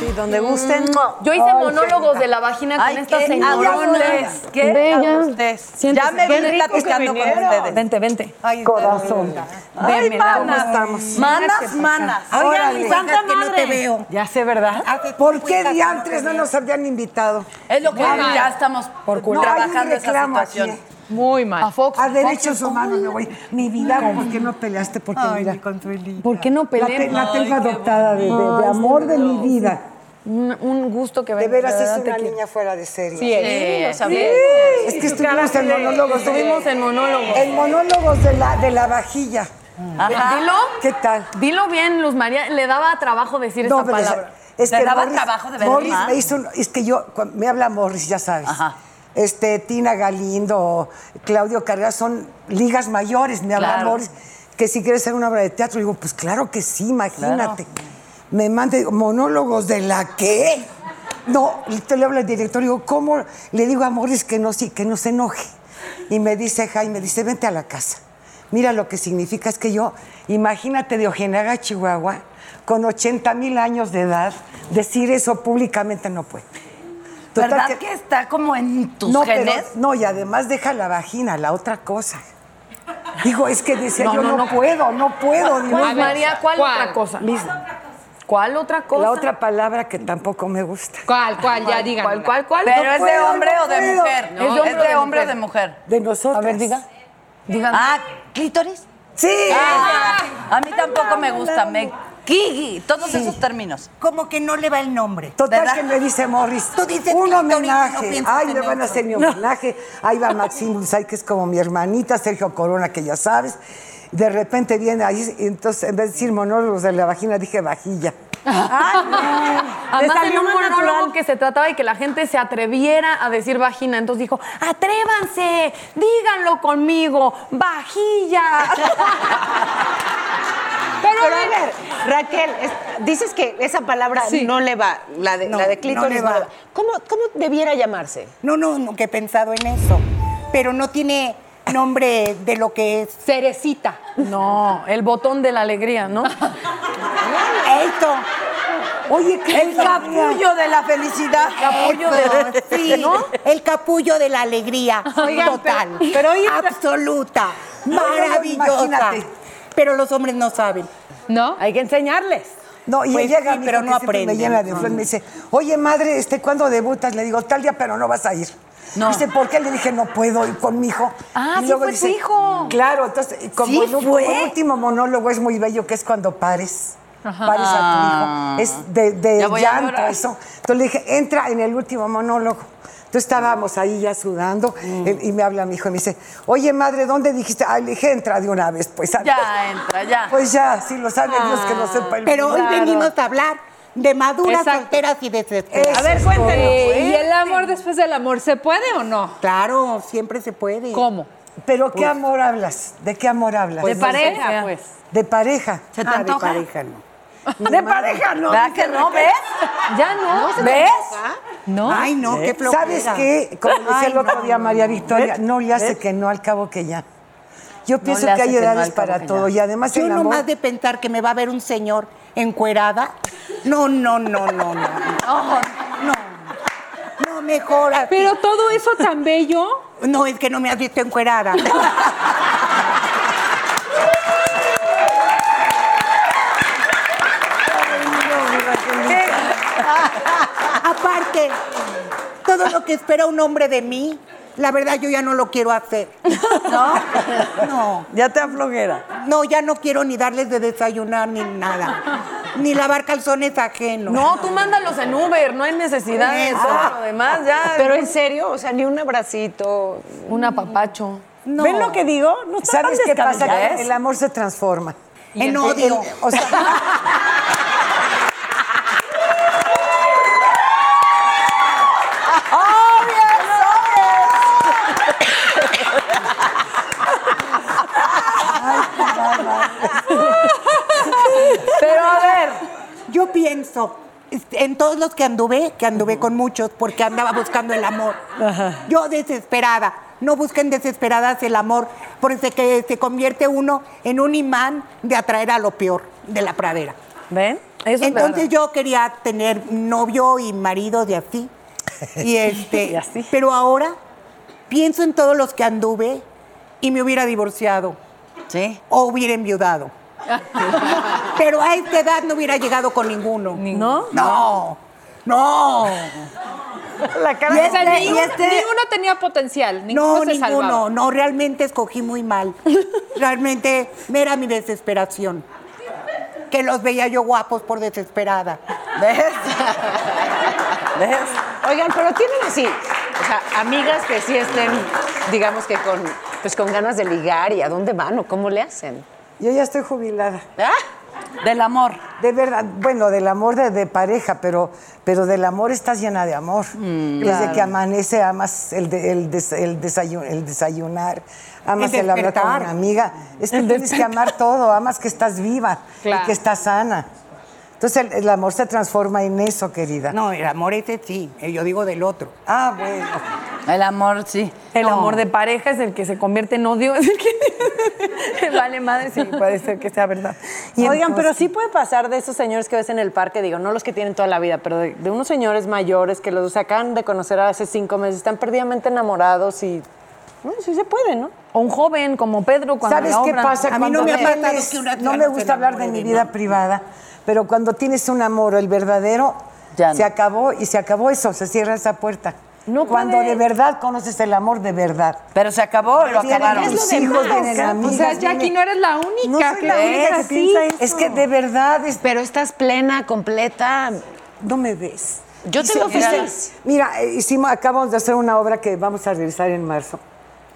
Speaker 2: donde
Speaker 15: donde gusten.
Speaker 5: Yo hice monólogos de la vagina con estas señorones.
Speaker 15: ¿Qué?
Speaker 5: Bella.
Speaker 15: Ya me
Speaker 5: Qué
Speaker 15: vine
Speaker 5: rico que
Speaker 15: platicando con
Speaker 5: vinieron.
Speaker 15: ustedes.
Speaker 5: Vente, vente.
Speaker 15: Corazón. Ay,
Speaker 5: Ven,
Speaker 15: manas.
Speaker 5: mira cómo
Speaker 15: estamos.
Speaker 5: estamos.
Speaker 15: Manas, manas.
Speaker 2: Oigan, mi santa
Speaker 15: que no te veo. Ah, Ya sé, ¿verdad?
Speaker 5: Este
Speaker 2: ¿Por qué diantres no nos habían invitado?
Speaker 16: Es lo que
Speaker 2: Bueno.
Speaker 16: ya estamos
Speaker 2: Por
Speaker 16: por
Speaker 2: culpa. No, hay un
Speaker 16: trabajando esa
Speaker 2: reclamo
Speaker 16: situación.
Speaker 2: aquí.
Speaker 6: Muy mal.
Speaker 15: ah,
Speaker 5: A Fox.
Speaker 2: A derechos humanos me voy. Mi vida, ¿por qué no peleaste? Porque
Speaker 5: Ay,
Speaker 2: mira,
Speaker 5: ¿Por qué no
Speaker 2: la, te-
Speaker 5: peleé?
Speaker 2: la tengo adoptada de, de- de
Speaker 5: Ay,
Speaker 2: amor
Speaker 5: sí,
Speaker 2: de mi vida.
Speaker 5: Un, un gusto que
Speaker 2: De
Speaker 5: venga.
Speaker 12: Ah,
Speaker 2: veras es
Speaker 5: verdad, te
Speaker 2: una
Speaker 5: quiero.
Speaker 2: niña fuera de serie.
Speaker 5: Sí, es. Sí, lo sabía.
Speaker 2: Es que
Speaker 5: Y su cara
Speaker 2: estuvimos en
Speaker 5: de-
Speaker 2: monólogos.
Speaker 5: estuvimos en monólogos.
Speaker 2: En monólogos de la, de la vajilla.
Speaker 5: Ajá. Dilo.
Speaker 2: ¿Qué tal?
Speaker 5: Dilo bien, Luz María. Le daba trabajo decir esa
Speaker 2: pero
Speaker 5: palabra.
Speaker 2: Es
Speaker 5: Le
Speaker 2: que
Speaker 5: daba
Speaker 2: Morris-
Speaker 5: trabajo de verdad.
Speaker 2: Morris me hizo un- es que yo, cuando me habla Morris, ya sabes. Este, Tina Galindo, Claudio Cargas, son ligas mayores, me habla
Speaker 16: Claro.
Speaker 2: Morris. Que si quieres hacer una obra de teatro, digo, pues claro que sí, imagínate. Me manda, digo, monólogos de la qué. No, te le habla el director, digo, ¿cómo? Le digo a Morris que no, sí, que no se enoje. Y me dice Jaime, dice, vente a la casa. Mira lo que significa, es que yo, imagínate de Ojenaga, Chihuahua, con 80 mil años de edad, decir eso públicamente no puede. Total
Speaker 16: ¿Verdad que, está como en tus
Speaker 2: no, pero-
Speaker 16: genes?
Speaker 2: no, y además deja la vagina, la otra cosa. Digo, es que decía,
Speaker 5: No,
Speaker 2: yo
Speaker 5: no,
Speaker 2: no,
Speaker 5: no.
Speaker 2: puedo, no puedo.
Speaker 5: ¿Cuál,
Speaker 2: digo,
Speaker 5: Luz María, ¿cuál,
Speaker 2: ¿cuál?
Speaker 5: otra cosa? ¿Cuál otra cosa?
Speaker 2: La otra palabra que tampoco me gusta.
Speaker 6: ¿Cuál, cuál? Ya digan.
Speaker 5: ¿Cuál, cuál, cuál?
Speaker 16: ¿Pero
Speaker 5: No
Speaker 16: es de
Speaker 5: puedo,
Speaker 16: hombre
Speaker 5: no
Speaker 16: o de
Speaker 5: puedo.
Speaker 16: mujer?
Speaker 5: ¿Es de hombre, o,
Speaker 16: o de mujer?
Speaker 2: De nosotros. A ver, diga.
Speaker 16: Ah, ¿clítoris?
Speaker 2: Sí.
Speaker 16: a mí tampoco me gusta. Me... Kiki, todos esos términos.
Speaker 3: Como que no le va el nombre.
Speaker 2: Total que me dice Morris, un homenaje.
Speaker 3: piensas
Speaker 2: Ay,
Speaker 3: en
Speaker 2: le van a
Speaker 3: otro.
Speaker 2: hacer mi homenaje. Ahí va Maxim Bulsay, que es como mi hermanita, Sergio Corona, que ya sabes. De repente viene ahí, y entonces en vez de decir monólogos de la vagina, dije vajilla.
Speaker 5: Además
Speaker 15: salió
Speaker 5: tenía un
Speaker 15: más
Speaker 5: monólogo
Speaker 15: natural.
Speaker 5: que se trataba de que la gente se atreviera a decir vagina. Entonces dijo, atrévanse, díganlo conmigo, vajilla.
Speaker 17: Pero, a ver, Raquel, es- dices que esa palabra no le va, la de,
Speaker 3: No,
Speaker 17: la de
Speaker 3: no
Speaker 17: clítoris
Speaker 3: le
Speaker 17: no
Speaker 3: va.
Speaker 17: le va. ¿Cómo, ¿Cómo debiera llamarse?
Speaker 3: No, no, nunca he pensado en eso. Pero no tiene nombre de lo que es.
Speaker 5: Cerecita. No, el botón de la alegría, ¿no?
Speaker 3: Esto.
Speaker 2: Oye, ¿qué
Speaker 3: El capullo de la felicidad.
Speaker 5: capullo de-
Speaker 3: sí,
Speaker 5: ¿no?
Speaker 3: El capullo de la alegría.
Speaker 5: Oigan,
Speaker 3: total.
Speaker 5: pero-
Speaker 3: Pero, absoluta.
Speaker 2: No, no, no,
Speaker 3: Maravillosa.
Speaker 2: imagínate.
Speaker 3: Pero los hombres no saben.
Speaker 6: ¿No?
Speaker 3: Hay que enseñarles.
Speaker 2: No, y
Speaker 3: Pues
Speaker 2: llega
Speaker 3: sí,
Speaker 2: mi
Speaker 3: pero
Speaker 2: hijo,
Speaker 3: no
Speaker 2: que siempre
Speaker 3: aprenden.
Speaker 2: Me llena de flores, me dice, oye madre, este, ¿cuándo debutas? Le digo, tal día, pero no vas a ir. Dice, ¿por qué? Le dije, no puedo ir con mi hijo.
Speaker 5: Ah, sí fue tu hijo.
Speaker 2: Claro, entonces, y como
Speaker 5: Sí
Speaker 2: el,
Speaker 5: fue.
Speaker 2: como el último monólogo es muy bello, que es cuando pares. Pares a tu hijo. Es de, de
Speaker 16: Ya voy a
Speaker 2: llanto,
Speaker 16: llorar.
Speaker 2: eso. Entonces le dije, entra en el último monólogo. Entonces estábamos ahí ya sudando
Speaker 3: Mm.
Speaker 2: él- y me habla mi hijo y me dice, oye madre, ¿dónde dijiste? Ah, le dije, entra de una vez, pues.
Speaker 16: Ya entra, ya.
Speaker 2: Pues ya, si lo sabe Dios que lo sepa el
Speaker 3: Pero hoy
Speaker 2: mundo.
Speaker 3: venimos a hablar de maduras,
Speaker 6: Exacto.
Speaker 3: solteras y desesperadas.
Speaker 6: A ver, cuéntenos.
Speaker 5: eh,
Speaker 6: ¿Y el amor después del amor se puede o no?
Speaker 3: Claro, siempre se puede. Pues,
Speaker 6: ¿Cómo?
Speaker 2: ¿Pero qué amor hablas? ¿De qué amor hablas?
Speaker 6: Pues De no sé, pareja,
Speaker 2: ah,
Speaker 6: sea. pues.
Speaker 2: De pareja.
Speaker 16: ¿Se te
Speaker 2: Ah,
Speaker 16: antoja?
Speaker 2: De pareja no. de pareja no.
Speaker 16: ¿Verdad que no? ¿Ves?
Speaker 5: Ya no.
Speaker 16: ¿Ves?
Speaker 6: No.
Speaker 3: Ay, no, qué flojera.
Speaker 2: ¿Eh? ¿Sabes qué? Como decía
Speaker 3: Ay,
Speaker 2: el otro
Speaker 3: no,
Speaker 2: día
Speaker 3: no,
Speaker 2: María
Speaker 3: no.
Speaker 2: Victoria,
Speaker 3: ¿Ves?
Speaker 2: no le hace
Speaker 3: ¿Ves?
Speaker 2: que no, al cabo que ya. Yo pienso
Speaker 16: le
Speaker 2: que
Speaker 16: hace
Speaker 2: hay
Speaker 16: que no,
Speaker 2: edades
Speaker 16: al cabo
Speaker 2: para
Speaker 16: que
Speaker 2: todo
Speaker 16: ya.
Speaker 2: y además
Speaker 3: Yo
Speaker 2: el amor...
Speaker 3: nomás de pensar que me va a ver un señor encuerada. No, no, no, no, no. No, no. No, mejor así.
Speaker 6: Pero todo eso tan bello.
Speaker 3: No, es que no me has visto encuerada. Aparte, todo lo que espera un hombre de mí, la verdad yo ya no lo quiero hacer. ¿No? No.
Speaker 15: Ya te aflojera.
Speaker 3: No, ya no quiero ni darles de desayunar ni nada. Ni lavar calzones ajenos.
Speaker 5: No, tú mándalos en Uber, no hay necesidad de
Speaker 3: Eso.
Speaker 5: eso. Lo demás ya.
Speaker 17: Pero en serio, o sea, ni un abracito.
Speaker 5: Un apapacho.
Speaker 3: No.
Speaker 15: ¿Ven lo que digo? No está
Speaker 2: ¿Sabes
Speaker 15: tan
Speaker 2: qué pasa?
Speaker 15: descabellado.
Speaker 2: Que el amor se transforma.
Speaker 3: En odio.
Speaker 2: O sea,
Speaker 5: Pero a ver.
Speaker 3: Yo pienso, este, en todos los que anduve, que anduve con muchos, porque andaba buscando el amor. Yo desesperada. No busquen desesperadas el amor, porque que se convierte uno en un imán de atraer a lo peor de la pradera.
Speaker 5: ¿Ven? Eso es
Speaker 3: Entonces
Speaker 5: verdad.
Speaker 3: yo quería tener novio y marido de así. Y este,
Speaker 5: Y así.
Speaker 3: pero ahora pienso en todos los que anduve y me hubiera divorciado.
Speaker 18: Sí.
Speaker 3: O hubiera enviudado. pero a esta edad no hubiera llegado con ninguno.
Speaker 5: ¿No?
Speaker 3: No. No.
Speaker 5: La
Speaker 19: O sea, ninguno, ninguno tenía potencial, ninguno
Speaker 3: este, no,
Speaker 19: se
Speaker 3: ninguno.
Speaker 19: salvaba.
Speaker 3: No, realmente escogí muy mal. Realmente era mi desesperación. Que los veía yo guapos por desesperada.
Speaker 18: ¿Ves?
Speaker 2: Oigan, pero tienen así, o sea, amigas que sí estén, digamos que con, pues con ganas de ligar y a dónde van o cómo le hacen. ¿Ah?
Speaker 6: Yo ya estoy jubilada.
Speaker 18: Del amor.
Speaker 6: De verdad, bueno, del amor de, de pareja, pero, pero del amor estás llena de amor.
Speaker 5: Mm,
Speaker 6: Desde
Speaker 18: Claro.
Speaker 6: que amanece amas el, de- el des- el desayun- el desayunar, amas
Speaker 18: El
Speaker 6: el, hablar con
Speaker 18: despertar.
Speaker 6: una amiga. Es que
Speaker 18: El
Speaker 6: tienes que amar todo, amas que estás viva
Speaker 18: Claro.
Speaker 6: y que estás sana. Entonces el, el amor se transforma en eso, querida.
Speaker 3: No, el amor este sí, eh, yo digo del otro.
Speaker 6: Ah, bueno.
Speaker 18: El amor, sí.
Speaker 5: El amor de pareja es el que se convierte en odio, es el que vale madre sí, puede ser que sea verdad. Y
Speaker 20: Oigan, pero
Speaker 5: entonces-
Speaker 20: sí puede pasar de esos señores que ves en el parque, digo, no los que tienen toda la vida, pero de, de unos señores mayores que los acaban de conocer hace cinco meses, están perdidamente enamorados y. No, sí se puede, ¿no?
Speaker 5: O un joven como Pedro cuando
Speaker 6: ¿Sabes
Speaker 5: la
Speaker 6: qué
Speaker 5: obra-
Speaker 6: pasa? cuando tienes- No me gusta hablar de mi vida privada, pero cuando tienes un amor, el verdadero, se acabó y se acabó eso, se cierra esa puerta. cuando
Speaker 18: puede.
Speaker 6: de verdad conoces el amor de verdad.
Speaker 18: Pero se acabó, lo
Speaker 6: Vienen
Speaker 18: acabaron.
Speaker 6: tus hijos, vienen amigas, vienen-
Speaker 19: eres la única
Speaker 6: No soy la única que piensa eso. Es que de verdad...
Speaker 2: Pero estás plena, completa.
Speaker 6: No me ves.
Speaker 2: Yo te veo
Speaker 6: Hice-
Speaker 2: feliz.
Speaker 6: Mira, eh, hicimos, acabamos de hacer una obra que vamos a realizar en marzo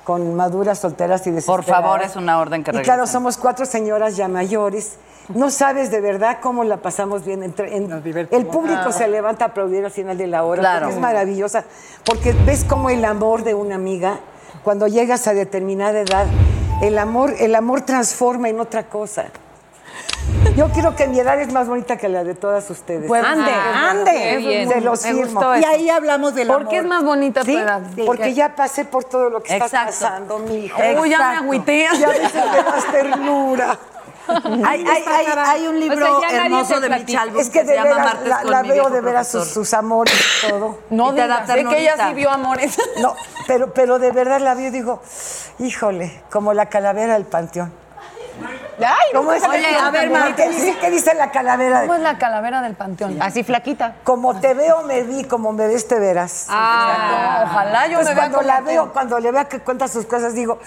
Speaker 6: con maduras, solteras y
Speaker 18: Por
Speaker 6: desesperadas.
Speaker 18: favor, es una orden que
Speaker 6: Y
Speaker 18: regresen.
Speaker 6: claro, somos cuatro señoras ya mayores. No sabes de verdad cómo la pasamos bien. entre- en- el público
Speaker 2: Ah.
Speaker 18: Claro.
Speaker 6: se levanta a aplaudir al final de la hora.
Speaker 18: Claro.
Speaker 6: porque Es maravillosa. Porque ves como el amor de una amiga, cuando llegas a determinada edad, el amor, el amor transforma en otra cosa. Yo quiero que mi edad es más bonita que la de todas ustedes.
Speaker 5: Pues, Ande, ah, ande. qué bien.
Speaker 6: Se los
Speaker 5: Me
Speaker 6: firmo.
Speaker 5: gustó eso. Y ahí
Speaker 6: hablamos del
Speaker 5: ¿Por qué amor. es más bonita tu edad? Sí.
Speaker 6: Porque ya pasé por todo lo que estás
Speaker 18: Exacto.
Speaker 6: pasando, mi hijo.
Speaker 18: Uy, ya me Exacto. agüité.
Speaker 6: Ya ves me das ternura.
Speaker 18: Hay- hay- hay- hay un libro O sea, ya nadie hermoso te de platica. Mitch Albom
Speaker 6: Es que
Speaker 18: que
Speaker 6: de
Speaker 18: se llama
Speaker 6: veras,
Speaker 18: Martes
Speaker 6: la,
Speaker 18: con
Speaker 6: la
Speaker 18: mi
Speaker 6: veo
Speaker 18: viejo
Speaker 6: de veras sus,
Speaker 18: profesor.
Speaker 6: sus amores y todo.
Speaker 5: No Y te da digas, sé que ella ternurita. sí vio amores.
Speaker 6: No, pero, pero de verdad la veo y digo, híjole, como la calavera del panteón.
Speaker 2: Ay,
Speaker 6: ¿Cómo es?
Speaker 5: Oye, a ver, Marta.
Speaker 6: ¿Qué dice, qué dice la calavera?
Speaker 5: ¿Cómo es la calavera del panteón?
Speaker 2: Así flaquita.
Speaker 6: Como te veo, me vi, como me ves, te verás.
Speaker 5: Ah, ojalá yo
Speaker 6: Entonces,
Speaker 5: me vea
Speaker 6: cuando
Speaker 5: como
Speaker 6: la
Speaker 5: tú.
Speaker 6: veo, cuando le vea que cuenta sus cosas, digo,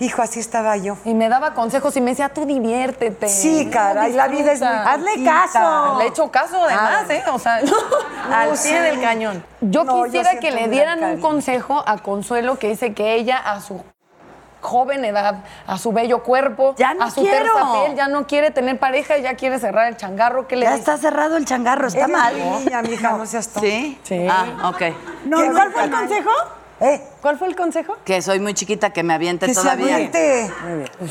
Speaker 6: hijo, así estaba yo.
Speaker 5: Y me daba consejos y me decía, tú diviértete.
Speaker 6: Sí, caray, la vida es muy
Speaker 5: disfruta.
Speaker 6: Hazle caso.
Speaker 5: Le he hecho caso además, ¿eh? O sea, al
Speaker 6: No,
Speaker 5: pie
Speaker 6: sí.
Speaker 5: del cañón. Yo
Speaker 6: No, yo
Speaker 5: quisiera que
Speaker 6: siento
Speaker 5: le
Speaker 6: un gran
Speaker 5: dieran un
Speaker 6: cariño.
Speaker 5: consejo a Consuelo que dice que ella a su joven edad, a su bello cuerpo, a su
Speaker 18: quiero.
Speaker 5: tersa piel, ya no quiere tener pareja, ya quiere cerrar el changarro. ¿Qué le
Speaker 18: Ya
Speaker 5: dices?
Speaker 18: está cerrado el changarro, está
Speaker 5: Eres
Speaker 18: mal.
Speaker 5: muy
Speaker 6: niña, mija, no seas tonta.
Speaker 18: ¿Sí?
Speaker 5: Sí.
Speaker 18: Ah, ok.
Speaker 20: No,
Speaker 18: ¿Qué?
Speaker 20: ¿Cuál fue el consejo?
Speaker 6: ¿eh?
Speaker 5: ¿Cuál fue el consejo?
Speaker 18: Que soy muy chiquita, que me aviente
Speaker 6: Que se
Speaker 18: todavía.
Speaker 6: aviente.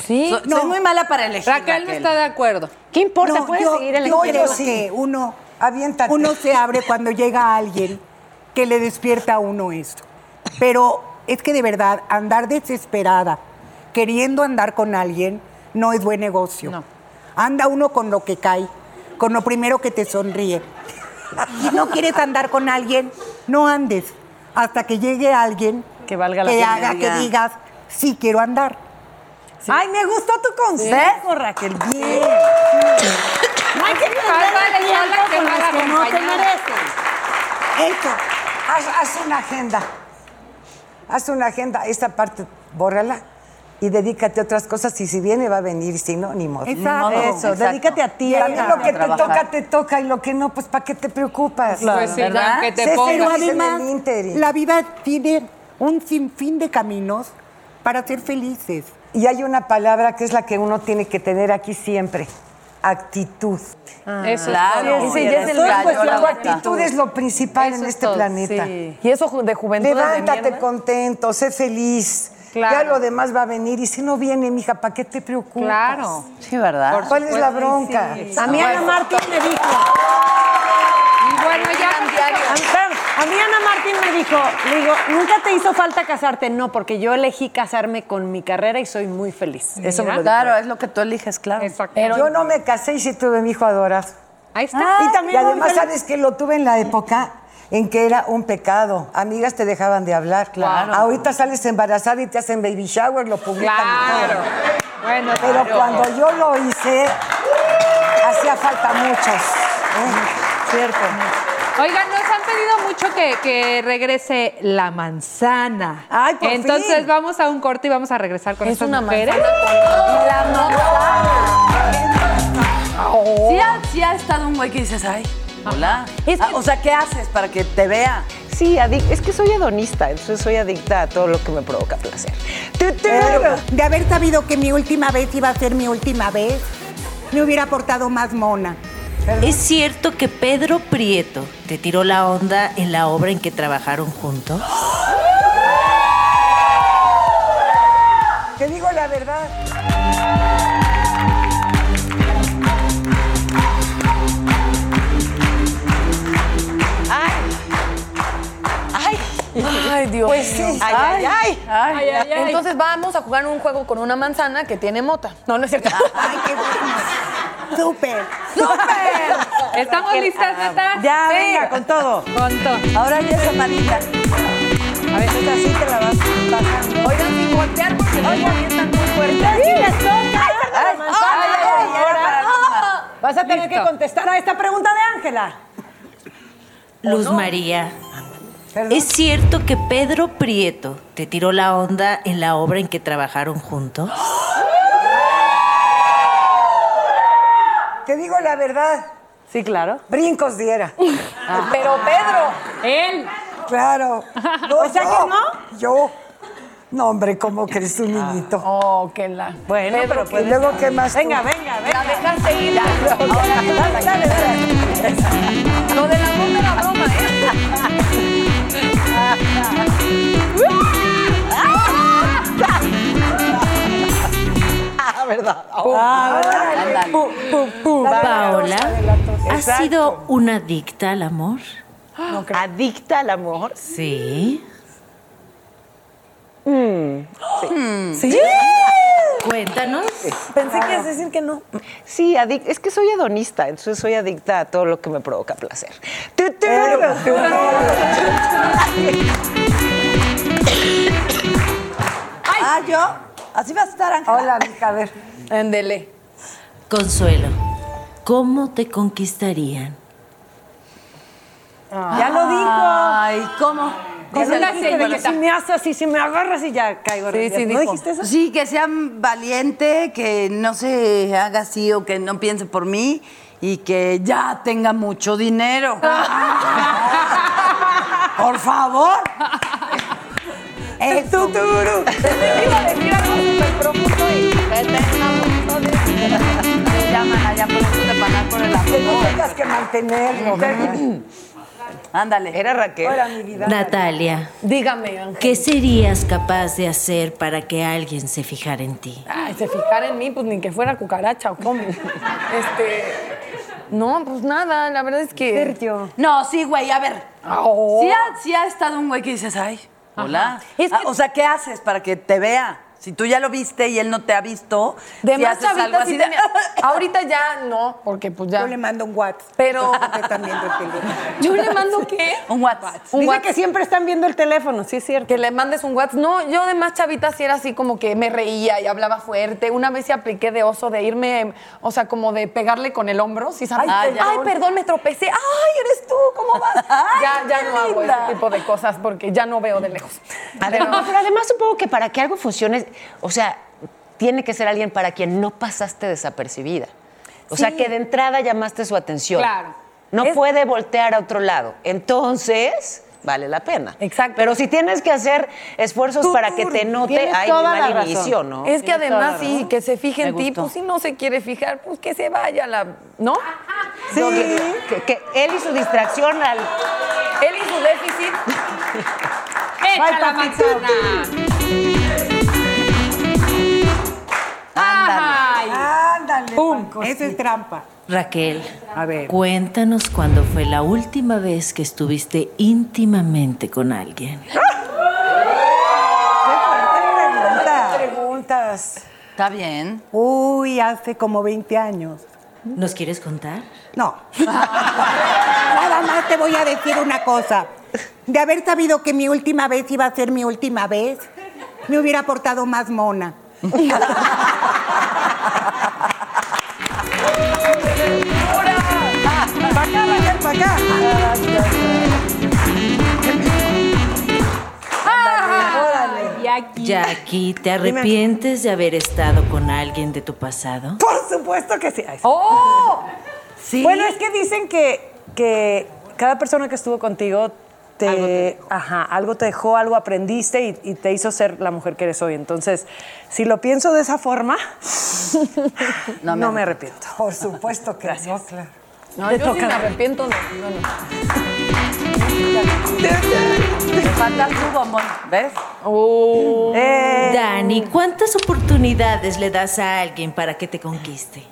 Speaker 5: Sí.
Speaker 18: So- Soy muy mala para elegir.
Speaker 19: Raquel no está de acuerdo.
Speaker 2: ¿Qué importa?
Speaker 3: No,
Speaker 2: Puedes
Speaker 3: yo-
Speaker 2: seguir el
Speaker 3: yo creo
Speaker 2: ejemplo.
Speaker 3: que uno,
Speaker 6: Aviéntate.
Speaker 3: uno se abre cuando llega alguien que le despierta a uno esto. Pero es que de verdad, andar desesperada, queriendo andar con alguien, no es buen negocio. Anda uno con lo que cae, con lo primero que te sonríe. Si no quieres andar con alguien, no andes hasta que llegue alguien
Speaker 20: que valga
Speaker 3: que haga, que digas, sí quiero andar.
Speaker 20: Ay, me gustó tu consejo, Raquel. Bien. No hay que
Speaker 3: Más
Speaker 20: perder el
Speaker 3: vale
Speaker 20: tiempo
Speaker 3: sola que
Speaker 20: con los
Speaker 3: mal
Speaker 20: que no te
Speaker 3: acompañada.
Speaker 20: merecen.
Speaker 6: Esto, haz, haz una agenda. Haz una agenda, esta parte, bórrala y dedícate a otras cosas. Y si viene, va a venir. Y si no, ni modo.
Speaker 20: Exacto. Ni modo. Eso, dedícate a ti,
Speaker 6: También
Speaker 20: a-
Speaker 6: lo que
Speaker 20: a
Speaker 6: te
Speaker 20: trabajar.
Speaker 6: toca, te toca. Y lo que no, pues, ¿para qué te preocupas?
Speaker 19: Pues sí, ¿verdad? aunque te
Speaker 6: Sé
Speaker 19: pongas.
Speaker 6: feliz
Speaker 3: Pero
Speaker 6: en
Speaker 3: además,
Speaker 6: el ínterin.
Speaker 3: la vida tiene un sinfín de caminos para ser felices.
Speaker 6: Y hay una palabra que es la que uno tiene que tener aquí siempre. Actitud.
Speaker 5: Eso es Claro, todo.
Speaker 6: Ese
Speaker 5: sí,
Speaker 6: ya
Speaker 5: es
Speaker 6: es
Speaker 5: el
Speaker 6: el
Speaker 5: gallo a la
Speaker 6: Tu
Speaker 5: boca.
Speaker 6: actitud es lo principal
Speaker 5: Eso
Speaker 6: en
Speaker 5: es
Speaker 6: este
Speaker 5: todo,
Speaker 6: planeta.
Speaker 5: sí. Y eso de juventud.
Speaker 6: Levántate contento, sé feliz.
Speaker 5: Claro.
Speaker 6: Ya lo demás va a venir. Y si no viene, mija, ¿para qué te preocupas?
Speaker 19: Claro.
Speaker 18: Sí, ¿verdad?
Speaker 6: ¿Cuál es la bronca?
Speaker 20: A mí Ana Martín me dijo.
Speaker 19: Y bueno, ya.
Speaker 20: A, perdón, a mí Ana Martín me dijo, le digo, ¿nunca te hizo falta casarte? No, porque yo elegí casarme con mi carrera y soy muy feliz. Eso me lo dijo.
Speaker 18: Claro, es lo que tú eliges, claro.
Speaker 6: Yo no me casé Ah, y sí tuve mi hijo adorado. Ahí está.
Speaker 21: Ah, y también
Speaker 22: muy
Speaker 21: además
Speaker 22: feliz.
Speaker 21: sabes que lo tuve en la época en que era un pecado. Amigas te dejaban de hablar.
Speaker 22: Claro.
Speaker 21: Ahorita sales embarazada y te hacen baby shower, lo publican. y todo.
Speaker 6: Bueno,
Speaker 21: Pero
Speaker 6: claro.
Speaker 21: cuando yo lo hice, hacía falta muchos.
Speaker 3: ¿eh?
Speaker 21: Cierto.
Speaker 6: Oigan, nos han pedido mucho que, que regrese la manzana. Ay,
Speaker 5: por
Speaker 6: Entonces
Speaker 5: fin.
Speaker 6: vamos a un corte y vamos a regresar con
Speaker 5: Es
Speaker 6: estas
Speaker 5: una
Speaker 6: mujeres.
Speaker 5: manzana La
Speaker 3: Sí, ha, sí ha estado un güey que dices, ay, hola. Ah, o sea, ¿qué haces para que te vea?
Speaker 2: Sí, adic- es que soy hedonista, entonces soy adicta a todo lo que me provoca placer.
Speaker 23: Pero de haber sabido que mi última vez iba a ser mi última vez, me hubiera portado más mona.
Speaker 1: ¿Es cierto que Pedro Prieto te tiró la onda en la obra en que trabajaron juntos?
Speaker 21: Te digo la verdad.
Speaker 2: ¡Ay! ¡Ay!
Speaker 5: Ay, Dios.
Speaker 2: Pues sí.
Speaker 5: mío.
Speaker 2: Ay, ay, ay. Ay, ay, ay.
Speaker 5: Entonces vamos a jugar un juego con una manzana que tiene mota. No, no es cierto. Ay, qué
Speaker 23: Súper.
Speaker 6: ¡Súper! ¿Estamos listas, neta?
Speaker 7: Ya,
Speaker 6: Sí.
Speaker 7: venga, con todo.
Speaker 6: Con todo.
Speaker 3: Ahora ya esa manita.
Speaker 7: A ver, esta sí te la vas pasando.
Speaker 6: Oigan, sin golpear porque luego
Speaker 7: están muy
Speaker 6: fuertes.
Speaker 7: Sí,
Speaker 6: las
Speaker 7: tocas.
Speaker 6: Ay, ay, ay, ahora.
Speaker 7: Vas a tener que
Speaker 1: Listo.
Speaker 7: contestar a esta pregunta de Ángela.
Speaker 1: Luz María, ¿es cierto que Pedro Prieto te tiró la onda en la obra en que trabajaron juntos?
Speaker 21: Te digo la verdad.
Speaker 7: Sí, claro.
Speaker 21: Brincos diera.
Speaker 5: Pero Pedro.
Speaker 6: Él.
Speaker 21: Claro.
Speaker 5: O sea que
Speaker 21: no. Yo. No, hombre, ¿cómo crees un niñito?
Speaker 5: Oh, qué la.
Speaker 7: Bueno,
Speaker 21: Pedro,
Speaker 7: pero
Speaker 21: ¿y
Speaker 3: pues
Speaker 7: puedes-
Speaker 21: luego qué más tú?
Speaker 7: Venga, venga, venga.
Speaker 5: La dejaste ir.
Speaker 7: Ahora, dale, dale,
Speaker 5: dale. Lo de la mota la broma, ¿eh?
Speaker 2: Ah, ¿verdad?
Speaker 3: Ándale.
Speaker 1: Paola, ¿has sido una adicta al amor?
Speaker 2: ¿Adicta al amor?
Speaker 1: Sí.
Speaker 2: Mm, Sí.
Speaker 1: Mm. ¿Sí? Cuéntanos.
Speaker 2: Pensé que ibas a decir que no. Sí, adic- es que soy hedonista, entonces soy adicta a todo lo que me provoca placer. Tu, tu, tu, tu.
Speaker 3: Ah, yo. Así vas a estar, Ángela. Hola,
Speaker 21: mija, a ver.
Speaker 5: Ándele.
Speaker 1: Consuelo, ¿cómo te conquistarían?
Speaker 7: Ya lo dijo.
Speaker 3: Ay, ¿cómo?
Speaker 7: Con
Speaker 3: Dice
Speaker 7: una
Speaker 3: la
Speaker 7: señorita.
Speaker 3: señorita.
Speaker 7: si me haces y si me agarras y ya caigo. rendida. ¿No dijiste eso?
Speaker 3: Sí, que sea valiente, que no se haga así o que no piense por mí y que ya tenga mucho dinero. por favor. Eso.
Speaker 5: Iba a decir algo súper profundo y
Speaker 3: Me llaman allá por eso de pagar por el amor.
Speaker 21: que mantenerlo.
Speaker 3: Ándale.
Speaker 2: Era Raquel.
Speaker 3: Hola, mi vida.
Speaker 1: Natalia,
Speaker 5: Dígame, Ángel.
Speaker 1: ¿qué serías capaz de hacer para que alguien se fijara en ti?
Speaker 5: Ay, se fijara en mí, pues ni que fuera cucaracha o cómo. Este. No, pues nada, la verdad es que. Sergio.
Speaker 3: No, sí, güey, a ver.
Speaker 5: Oh.
Speaker 3: Sí, ha, sí ha estado un güey que dices, ay, hola. Ah, o sea, ¿qué haces para que te vea? Si tú ya lo viste y él no te ha visto,
Speaker 5: De
Speaker 3: si
Speaker 5: más
Speaker 3: haces algo
Speaker 5: chavita
Speaker 3: así
Speaker 5: sí
Speaker 3: de-
Speaker 5: tenía. Ahorita ya no, porque pues ya. Yo le
Speaker 23: mando un WhatsApp.
Speaker 5: Pero.
Speaker 23: también del teléfono.
Speaker 5: ¿Yo le mando qué?
Speaker 3: Un WhatsApp.
Speaker 5: Un
Speaker 7: Dice
Speaker 5: WhatsApp.
Speaker 7: que siempre están viendo el teléfono, sí es cierto.
Speaker 5: Que le mandes un WhatsApp. No, yo de más chavita sí era así como que me reía y hablaba fuerte. Una vez sí apliqué de oso de irme, o sea, como de pegarle con el hombro. ¿sí Ah, sabes?
Speaker 3: Ay,
Speaker 5: Ay,
Speaker 3: perdón.
Speaker 5: perdón. me tropecé. Ay, eres tú, ¿cómo vas? ya ya
Speaker 3: qué
Speaker 5: no hago
Speaker 3: linda.
Speaker 5: ese tipo de cosas porque ya no veo de lejos.
Speaker 2: Además, pero además supongo que para que algo funcione, o sea, tiene que ser alguien para quien no pasaste desapercibida. O sea,
Speaker 5: Sí.
Speaker 2: que de entrada llamaste su atención.
Speaker 5: Claro.
Speaker 2: No puede voltear a otro lado. Entonces, vale la pena. Exacto. Pero si tienes que hacer esfuerzos Pues para que te note,
Speaker 7: Tienes
Speaker 2: hay
Speaker 7: toda la
Speaker 2: mal
Speaker 7: razón.
Speaker 2: inicio, ¿no?
Speaker 5: Es que
Speaker 7: Tienes toda
Speaker 5: además,
Speaker 7: la
Speaker 5: sí,
Speaker 7: razón.
Speaker 5: que se fije
Speaker 7: Me
Speaker 5: en ti,
Speaker 7: gustó.
Speaker 5: pues si no se quiere fijar, pues que se vaya la. ¿No?
Speaker 2: Sí. que, que él y su distracción al.
Speaker 5: Él y su déficit.
Speaker 6: ¡Echa la manzana!
Speaker 3: Ándale.
Speaker 23: Ándale. Pum. Eso es trampa.
Speaker 1: Raquel,
Speaker 23: A ver.
Speaker 1: cuéntanos cuándo fue la última vez que estuviste íntimamente con alguien.
Speaker 23: preguntas?
Speaker 3: Está bien.
Speaker 23: Uy, hace como 20 años.
Speaker 1: ¿Nos quieres contar?
Speaker 3: No. Nada más te voy a decir una cosa. De haber sabido que mi última vez iba a ser mi última vez, me hubiera portado más mona.
Speaker 24: Para acá, Raquel, para acá.
Speaker 5: Jackie.
Speaker 1: Jackie, ¿te arrepientes de haber estado con alguien de tu pasado?
Speaker 24: Por supuesto que sí. Ay, sí.
Speaker 1: Sí.
Speaker 24: Oh. Bueno, es que dicen que, que cada persona que estuvo contigo te, algo te dejó. Ajá, algo te dejó, algo aprendiste y, y te hizo ser la mujer que eres hoy. Entonces, si lo pienso de esa forma, no me, arrepiento.
Speaker 25: Por supuesto que no, claro.
Speaker 5: No,
Speaker 24: Te
Speaker 5: yo sí
Speaker 24: toca.
Speaker 5: me arrepiento de. No, no.
Speaker 26: Me falta tu bombón, ¿ves?
Speaker 1: Dani, ¿cuántas oportunidades le das a alguien para que te conquiste?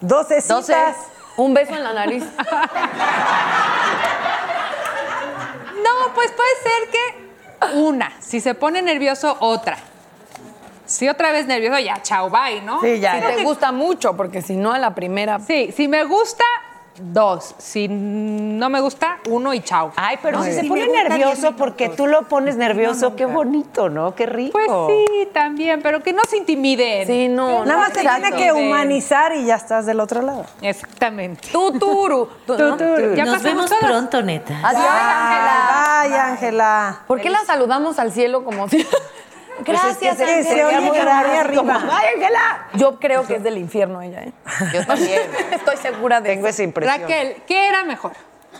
Speaker 24: Doce citas.
Speaker 5: Un beso en la nariz.
Speaker 6: No, pues puede ser que una. Si se pone nervioso, otra. Si otra vez nervioso, ya, chao, bye, ¿no?
Speaker 5: Sí, ya. Si te
Speaker 6: gusta mucho, porque si no, a la primera. Sí, si me gusta, dos. Si no me gusta, uno y chao. Ay,
Speaker 2: Pero si se pone nervioso porque tú lo pones nervioso, qué bonito, ¿no? Qué rico.
Speaker 6: Pues sí, también, pero que no se intimiden. Sí, no.
Speaker 24: Nada más te tiene que humanizar y ya estás del otro lado.
Speaker 6: Exactamente. Tuturu. ¿no? Ya
Speaker 1: Nos
Speaker 6: pasamos
Speaker 1: vemos
Speaker 6: todas.
Speaker 1: pronto, neta.
Speaker 5: Adiós, Ángela.
Speaker 24: Ay, Ángela.
Speaker 5: ¿Por qué la saludamos al cielo como si.?
Speaker 24: Pues es
Speaker 5: Gracias,
Speaker 24: que se- se
Speaker 5: Ángela.
Speaker 24: oye muy raro, es como, "Ay,
Speaker 5: Ángela! Yo creo que es del infierno ella, ¿eh?
Speaker 2: Yo también.
Speaker 5: Estoy segura de
Speaker 2: Tengo esa impresión.
Speaker 6: Raquel, ¿qué era mejor?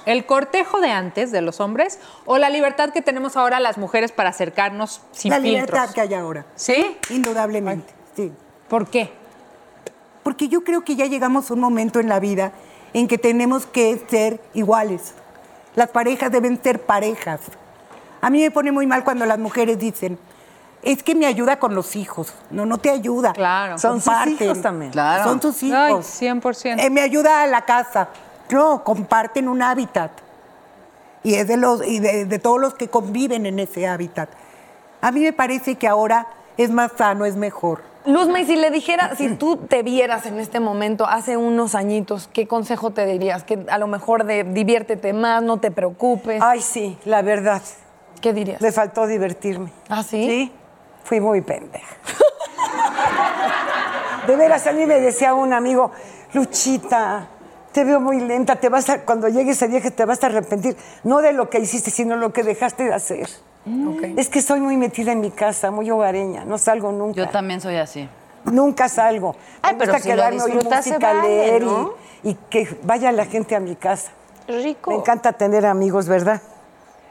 Speaker 6: ¿El cortejo de antes de los hombres o la libertad que tenemos ahora las mujeres para acercarnos sin
Speaker 3: la
Speaker 6: filtros?
Speaker 3: libertad que hay ahora.
Speaker 6: ¿Sí?
Speaker 3: Indudablemente, sí.
Speaker 6: ¿Por qué?
Speaker 3: Porque yo creo que ya llegamos a un momento en la vida en que tenemos que ser iguales. Las parejas deben ser parejas. A mí me pone muy mal cuando las mujeres dicen, es que me ayuda con los hijos. No, no te ayuda. Claro.
Speaker 24: Son sus hijos también. Claro.
Speaker 3: Son tus hijos. Eh,
Speaker 24: Ay,
Speaker 6: 100%.
Speaker 3: me ayuda a la casa. No, comparten un hábitat. Y es de, los, y de, de todos los que conviven en ese hábitat. A mí me parece que ahora es más sano, es mejor.
Speaker 5: Luzma, y si le dijera, si tú te vieras en este momento, hace unos añitos, ¿qué consejo te dirías? Que a lo mejor de diviértete más, no te preocupes.
Speaker 25: Ay, sí, la verdad.
Speaker 5: ¿Qué dirías?
Speaker 25: Me faltó divertirme.
Speaker 5: ¿Ah, sí?
Speaker 25: Sí, fui muy pendeja. De veras, a mí me decía un amigo, Luchita, te veo muy lenta, te vas a, cuando llegue ese día que te vas a arrepentir, no de lo que hiciste, sino lo que dejaste de hacer. Es que soy muy metida en mi casa, muy hogareña, no salgo nunca.
Speaker 26: Yo también soy así.
Speaker 25: Nunca salgo.
Speaker 26: Ay,
Speaker 25: Me
Speaker 26: pero
Speaker 25: gusta
Speaker 26: si lo
Speaker 25: quedarme a oír
Speaker 26: disfrutas, se
Speaker 25: música,
Speaker 26: vale,
Speaker 25: leer y-
Speaker 26: ¿no?
Speaker 25: y, que vaya la gente a mi casa.
Speaker 26: Rico.
Speaker 25: Me encanta tener amigos, ¿verdad?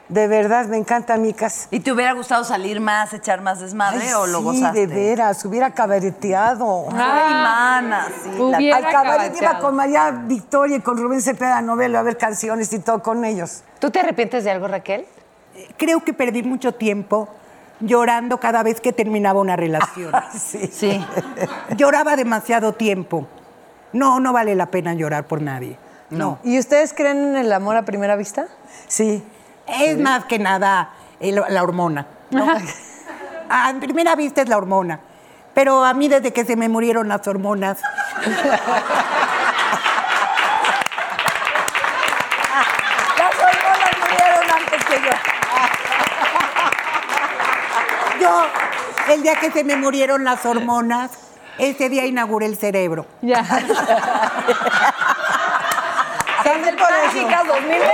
Speaker 25: De verdad, me encanta mi casa.
Speaker 26: ¿Y te hubiera gustado salir más, echar más desmadre
Speaker 25: Ay,
Speaker 26: o lo
Speaker 25: sí,
Speaker 26: gozaste?
Speaker 25: de veras, hubiera cabareteado.
Speaker 26: Ay, mana, sí. la-
Speaker 25: Al cabaret iba con María Victoria y con Rubén Cepeda Novelo a ver canciones y todo con ellos.
Speaker 2: ¿Tú te arrepientes de algo, Raquel?
Speaker 3: Creo que perdí mucho tiempo llorando cada vez que terminaba una relación.
Speaker 25: Ah, sí.
Speaker 3: Lloraba demasiado tiempo. No, no vale la pena llorar por nadie.
Speaker 24: No. ¿Y ustedes creen en el amor a primera vista?
Speaker 3: Sí. Es más que nada el- la hormona. ¿no? a primera vista es la hormona. Pero a mí desde que se me murieron las hormonas.
Speaker 24: Las hormonas murieron antes que yo.
Speaker 3: Yo, el día que se me murieron las hormonas, ese día inauguré el cerebro.
Speaker 6: Ya.
Speaker 25: Sale por
Speaker 5: Mágicas 2020.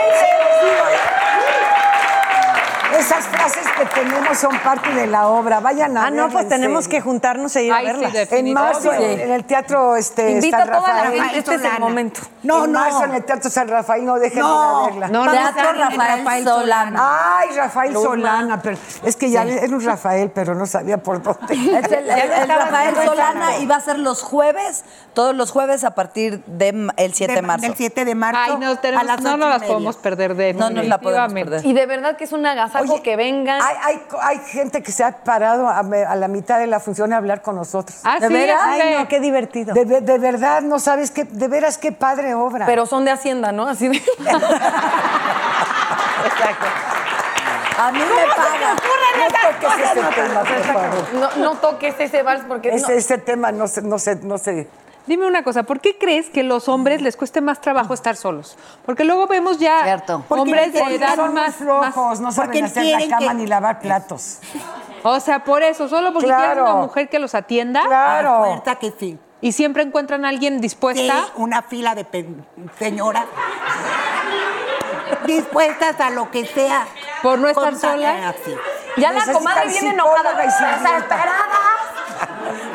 Speaker 25: Esas frases que tenemos son parte de la obra. Vayan a
Speaker 24: Ah, no,
Speaker 25: verla,
Speaker 24: pues
Speaker 25: en
Speaker 24: tenemos
Speaker 25: serio.
Speaker 24: que juntarnos e ir a verlas.
Speaker 25: en marzo, en- en el Teatro este,
Speaker 24: Invita
Speaker 25: San
Speaker 24: a toda la
Speaker 25: Rafael.
Speaker 24: gente, este es el Solana. momento.
Speaker 25: No,
Speaker 24: No,
Speaker 25: en
Speaker 24: no.
Speaker 25: marzo en el Teatro San Rafael, no dejen
Speaker 24: No,
Speaker 25: de verla.
Speaker 24: no, no, Teatro no, Rafael Rafael Solana. Solana.
Speaker 25: Ay, Rafael
Speaker 24: Luzma.
Speaker 25: Solana. Pero es que ya era un Rafael, pero no sabía por dónde.
Speaker 26: Es el, el- el Rafael Solana y va a ser los jueves, todos los jueves a partir del 7 de
Speaker 3: De-
Speaker 26: marzo.
Speaker 3: del 7 de marzo.
Speaker 6: Ay, no, tenemos- no nos las podemos perder de
Speaker 26: No nos la podemos perder.
Speaker 5: Y de verdad que es un agasajo que vengan.
Speaker 25: Hay, hay, hay gente que se ha parado a, me- a la mitad de la función a hablar con nosotros.
Speaker 5: Ah,
Speaker 25: ¿De
Speaker 5: sí,
Speaker 25: veras?
Speaker 5: ya sé. Ay, no,
Speaker 25: qué divertido. De, ve- de verdad, no sabes qué, de veras qué padre obra.
Speaker 5: Pero son de Hacienda, ¿no? Así de.
Speaker 25: Exacto.
Speaker 26: A mí
Speaker 5: ¿Cómo se te ocurren
Speaker 25: No
Speaker 5: esas
Speaker 25: toques
Speaker 5: cosas?
Speaker 25: ese tema, por favor.
Speaker 5: No, no toques ese vals porque.
Speaker 25: Ese,
Speaker 5: no.
Speaker 25: ese tema no se, no se, no se
Speaker 6: Dime una cosa, ¿por qué crees que los hombres les cueste más trabajo estar solos? Porque luego vemos ya hombres de edad
Speaker 21: son
Speaker 6: más,
Speaker 21: más flojos, no
Speaker 6: más-
Speaker 21: saben
Speaker 6: porque
Speaker 21: hacer la
Speaker 6: quieren
Speaker 21: cama
Speaker 6: que-
Speaker 21: ni lavar platos.
Speaker 6: O sea, por eso, solo porque
Speaker 21: Claro.
Speaker 6: quieren una mujer que los atienda.
Speaker 21: Claro.
Speaker 6: Puerta
Speaker 23: que sí.
Speaker 6: Y siempre encuentran a alguien dispuesta.
Speaker 23: una fila de señora. dispuestas a lo que sea.
Speaker 6: Por no
Speaker 23: estar
Speaker 5: sola.
Speaker 23: Ya la comadre viene enojada.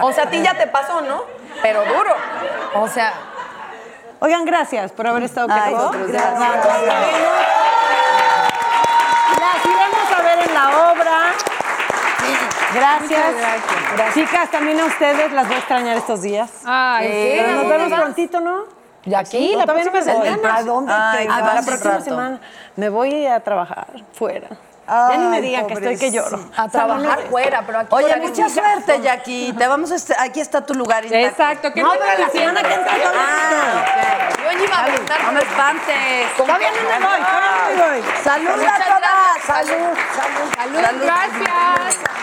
Speaker 5: O sea, a ti ya te pasó, ¿no? Pero duro. O sea,
Speaker 7: Oigan, gracias por haber estado con
Speaker 5: Ay,
Speaker 7: nosotros.
Speaker 5: gracias.
Speaker 7: Las iremos a ver en la obra. Gracias. Chicas, también a ustedes las voy a extrañar estos días.
Speaker 6: Ay, sí.
Speaker 7: Pero nos
Speaker 6: ¿Dónde
Speaker 7: vemos
Speaker 6: vas?
Speaker 7: prontito, ¿no?
Speaker 5: ¿Y aquí?
Speaker 7: No,
Speaker 5: ¿La
Speaker 7: todavía no me
Speaker 5: próxima
Speaker 7: voy.
Speaker 5: semana?
Speaker 7: ¿A dónde
Speaker 5: Ay,
Speaker 7: te vas?
Speaker 5: vas
Speaker 7: La
Speaker 5: al
Speaker 7: próxima
Speaker 5: rato.
Speaker 7: semana me voy a trabajar fuera. ya ni me
Speaker 5: Ay,
Speaker 7: digan que estoy que lloro.
Speaker 5: pobrecita. A trabajar fuera, pero aquí
Speaker 3: Oye,
Speaker 5: para que
Speaker 3: mucha
Speaker 5: siga.
Speaker 3: suerte, Jackie. Te vamos a estar- aquí está tu lugar Ah, intacto.
Speaker 5: Exacto,
Speaker 3: que
Speaker 5: ¿qué No, me pero estás la diciendo? semana que entra todo
Speaker 3: Yo iba a aventar. No me espantes.
Speaker 5: Todavía no me voy, todavía no me voy.
Speaker 3: Salud,
Speaker 5: Muchas
Speaker 3: a todas.
Speaker 5: gracias.
Speaker 3: Salud, salud.
Speaker 5: Salud, gracias.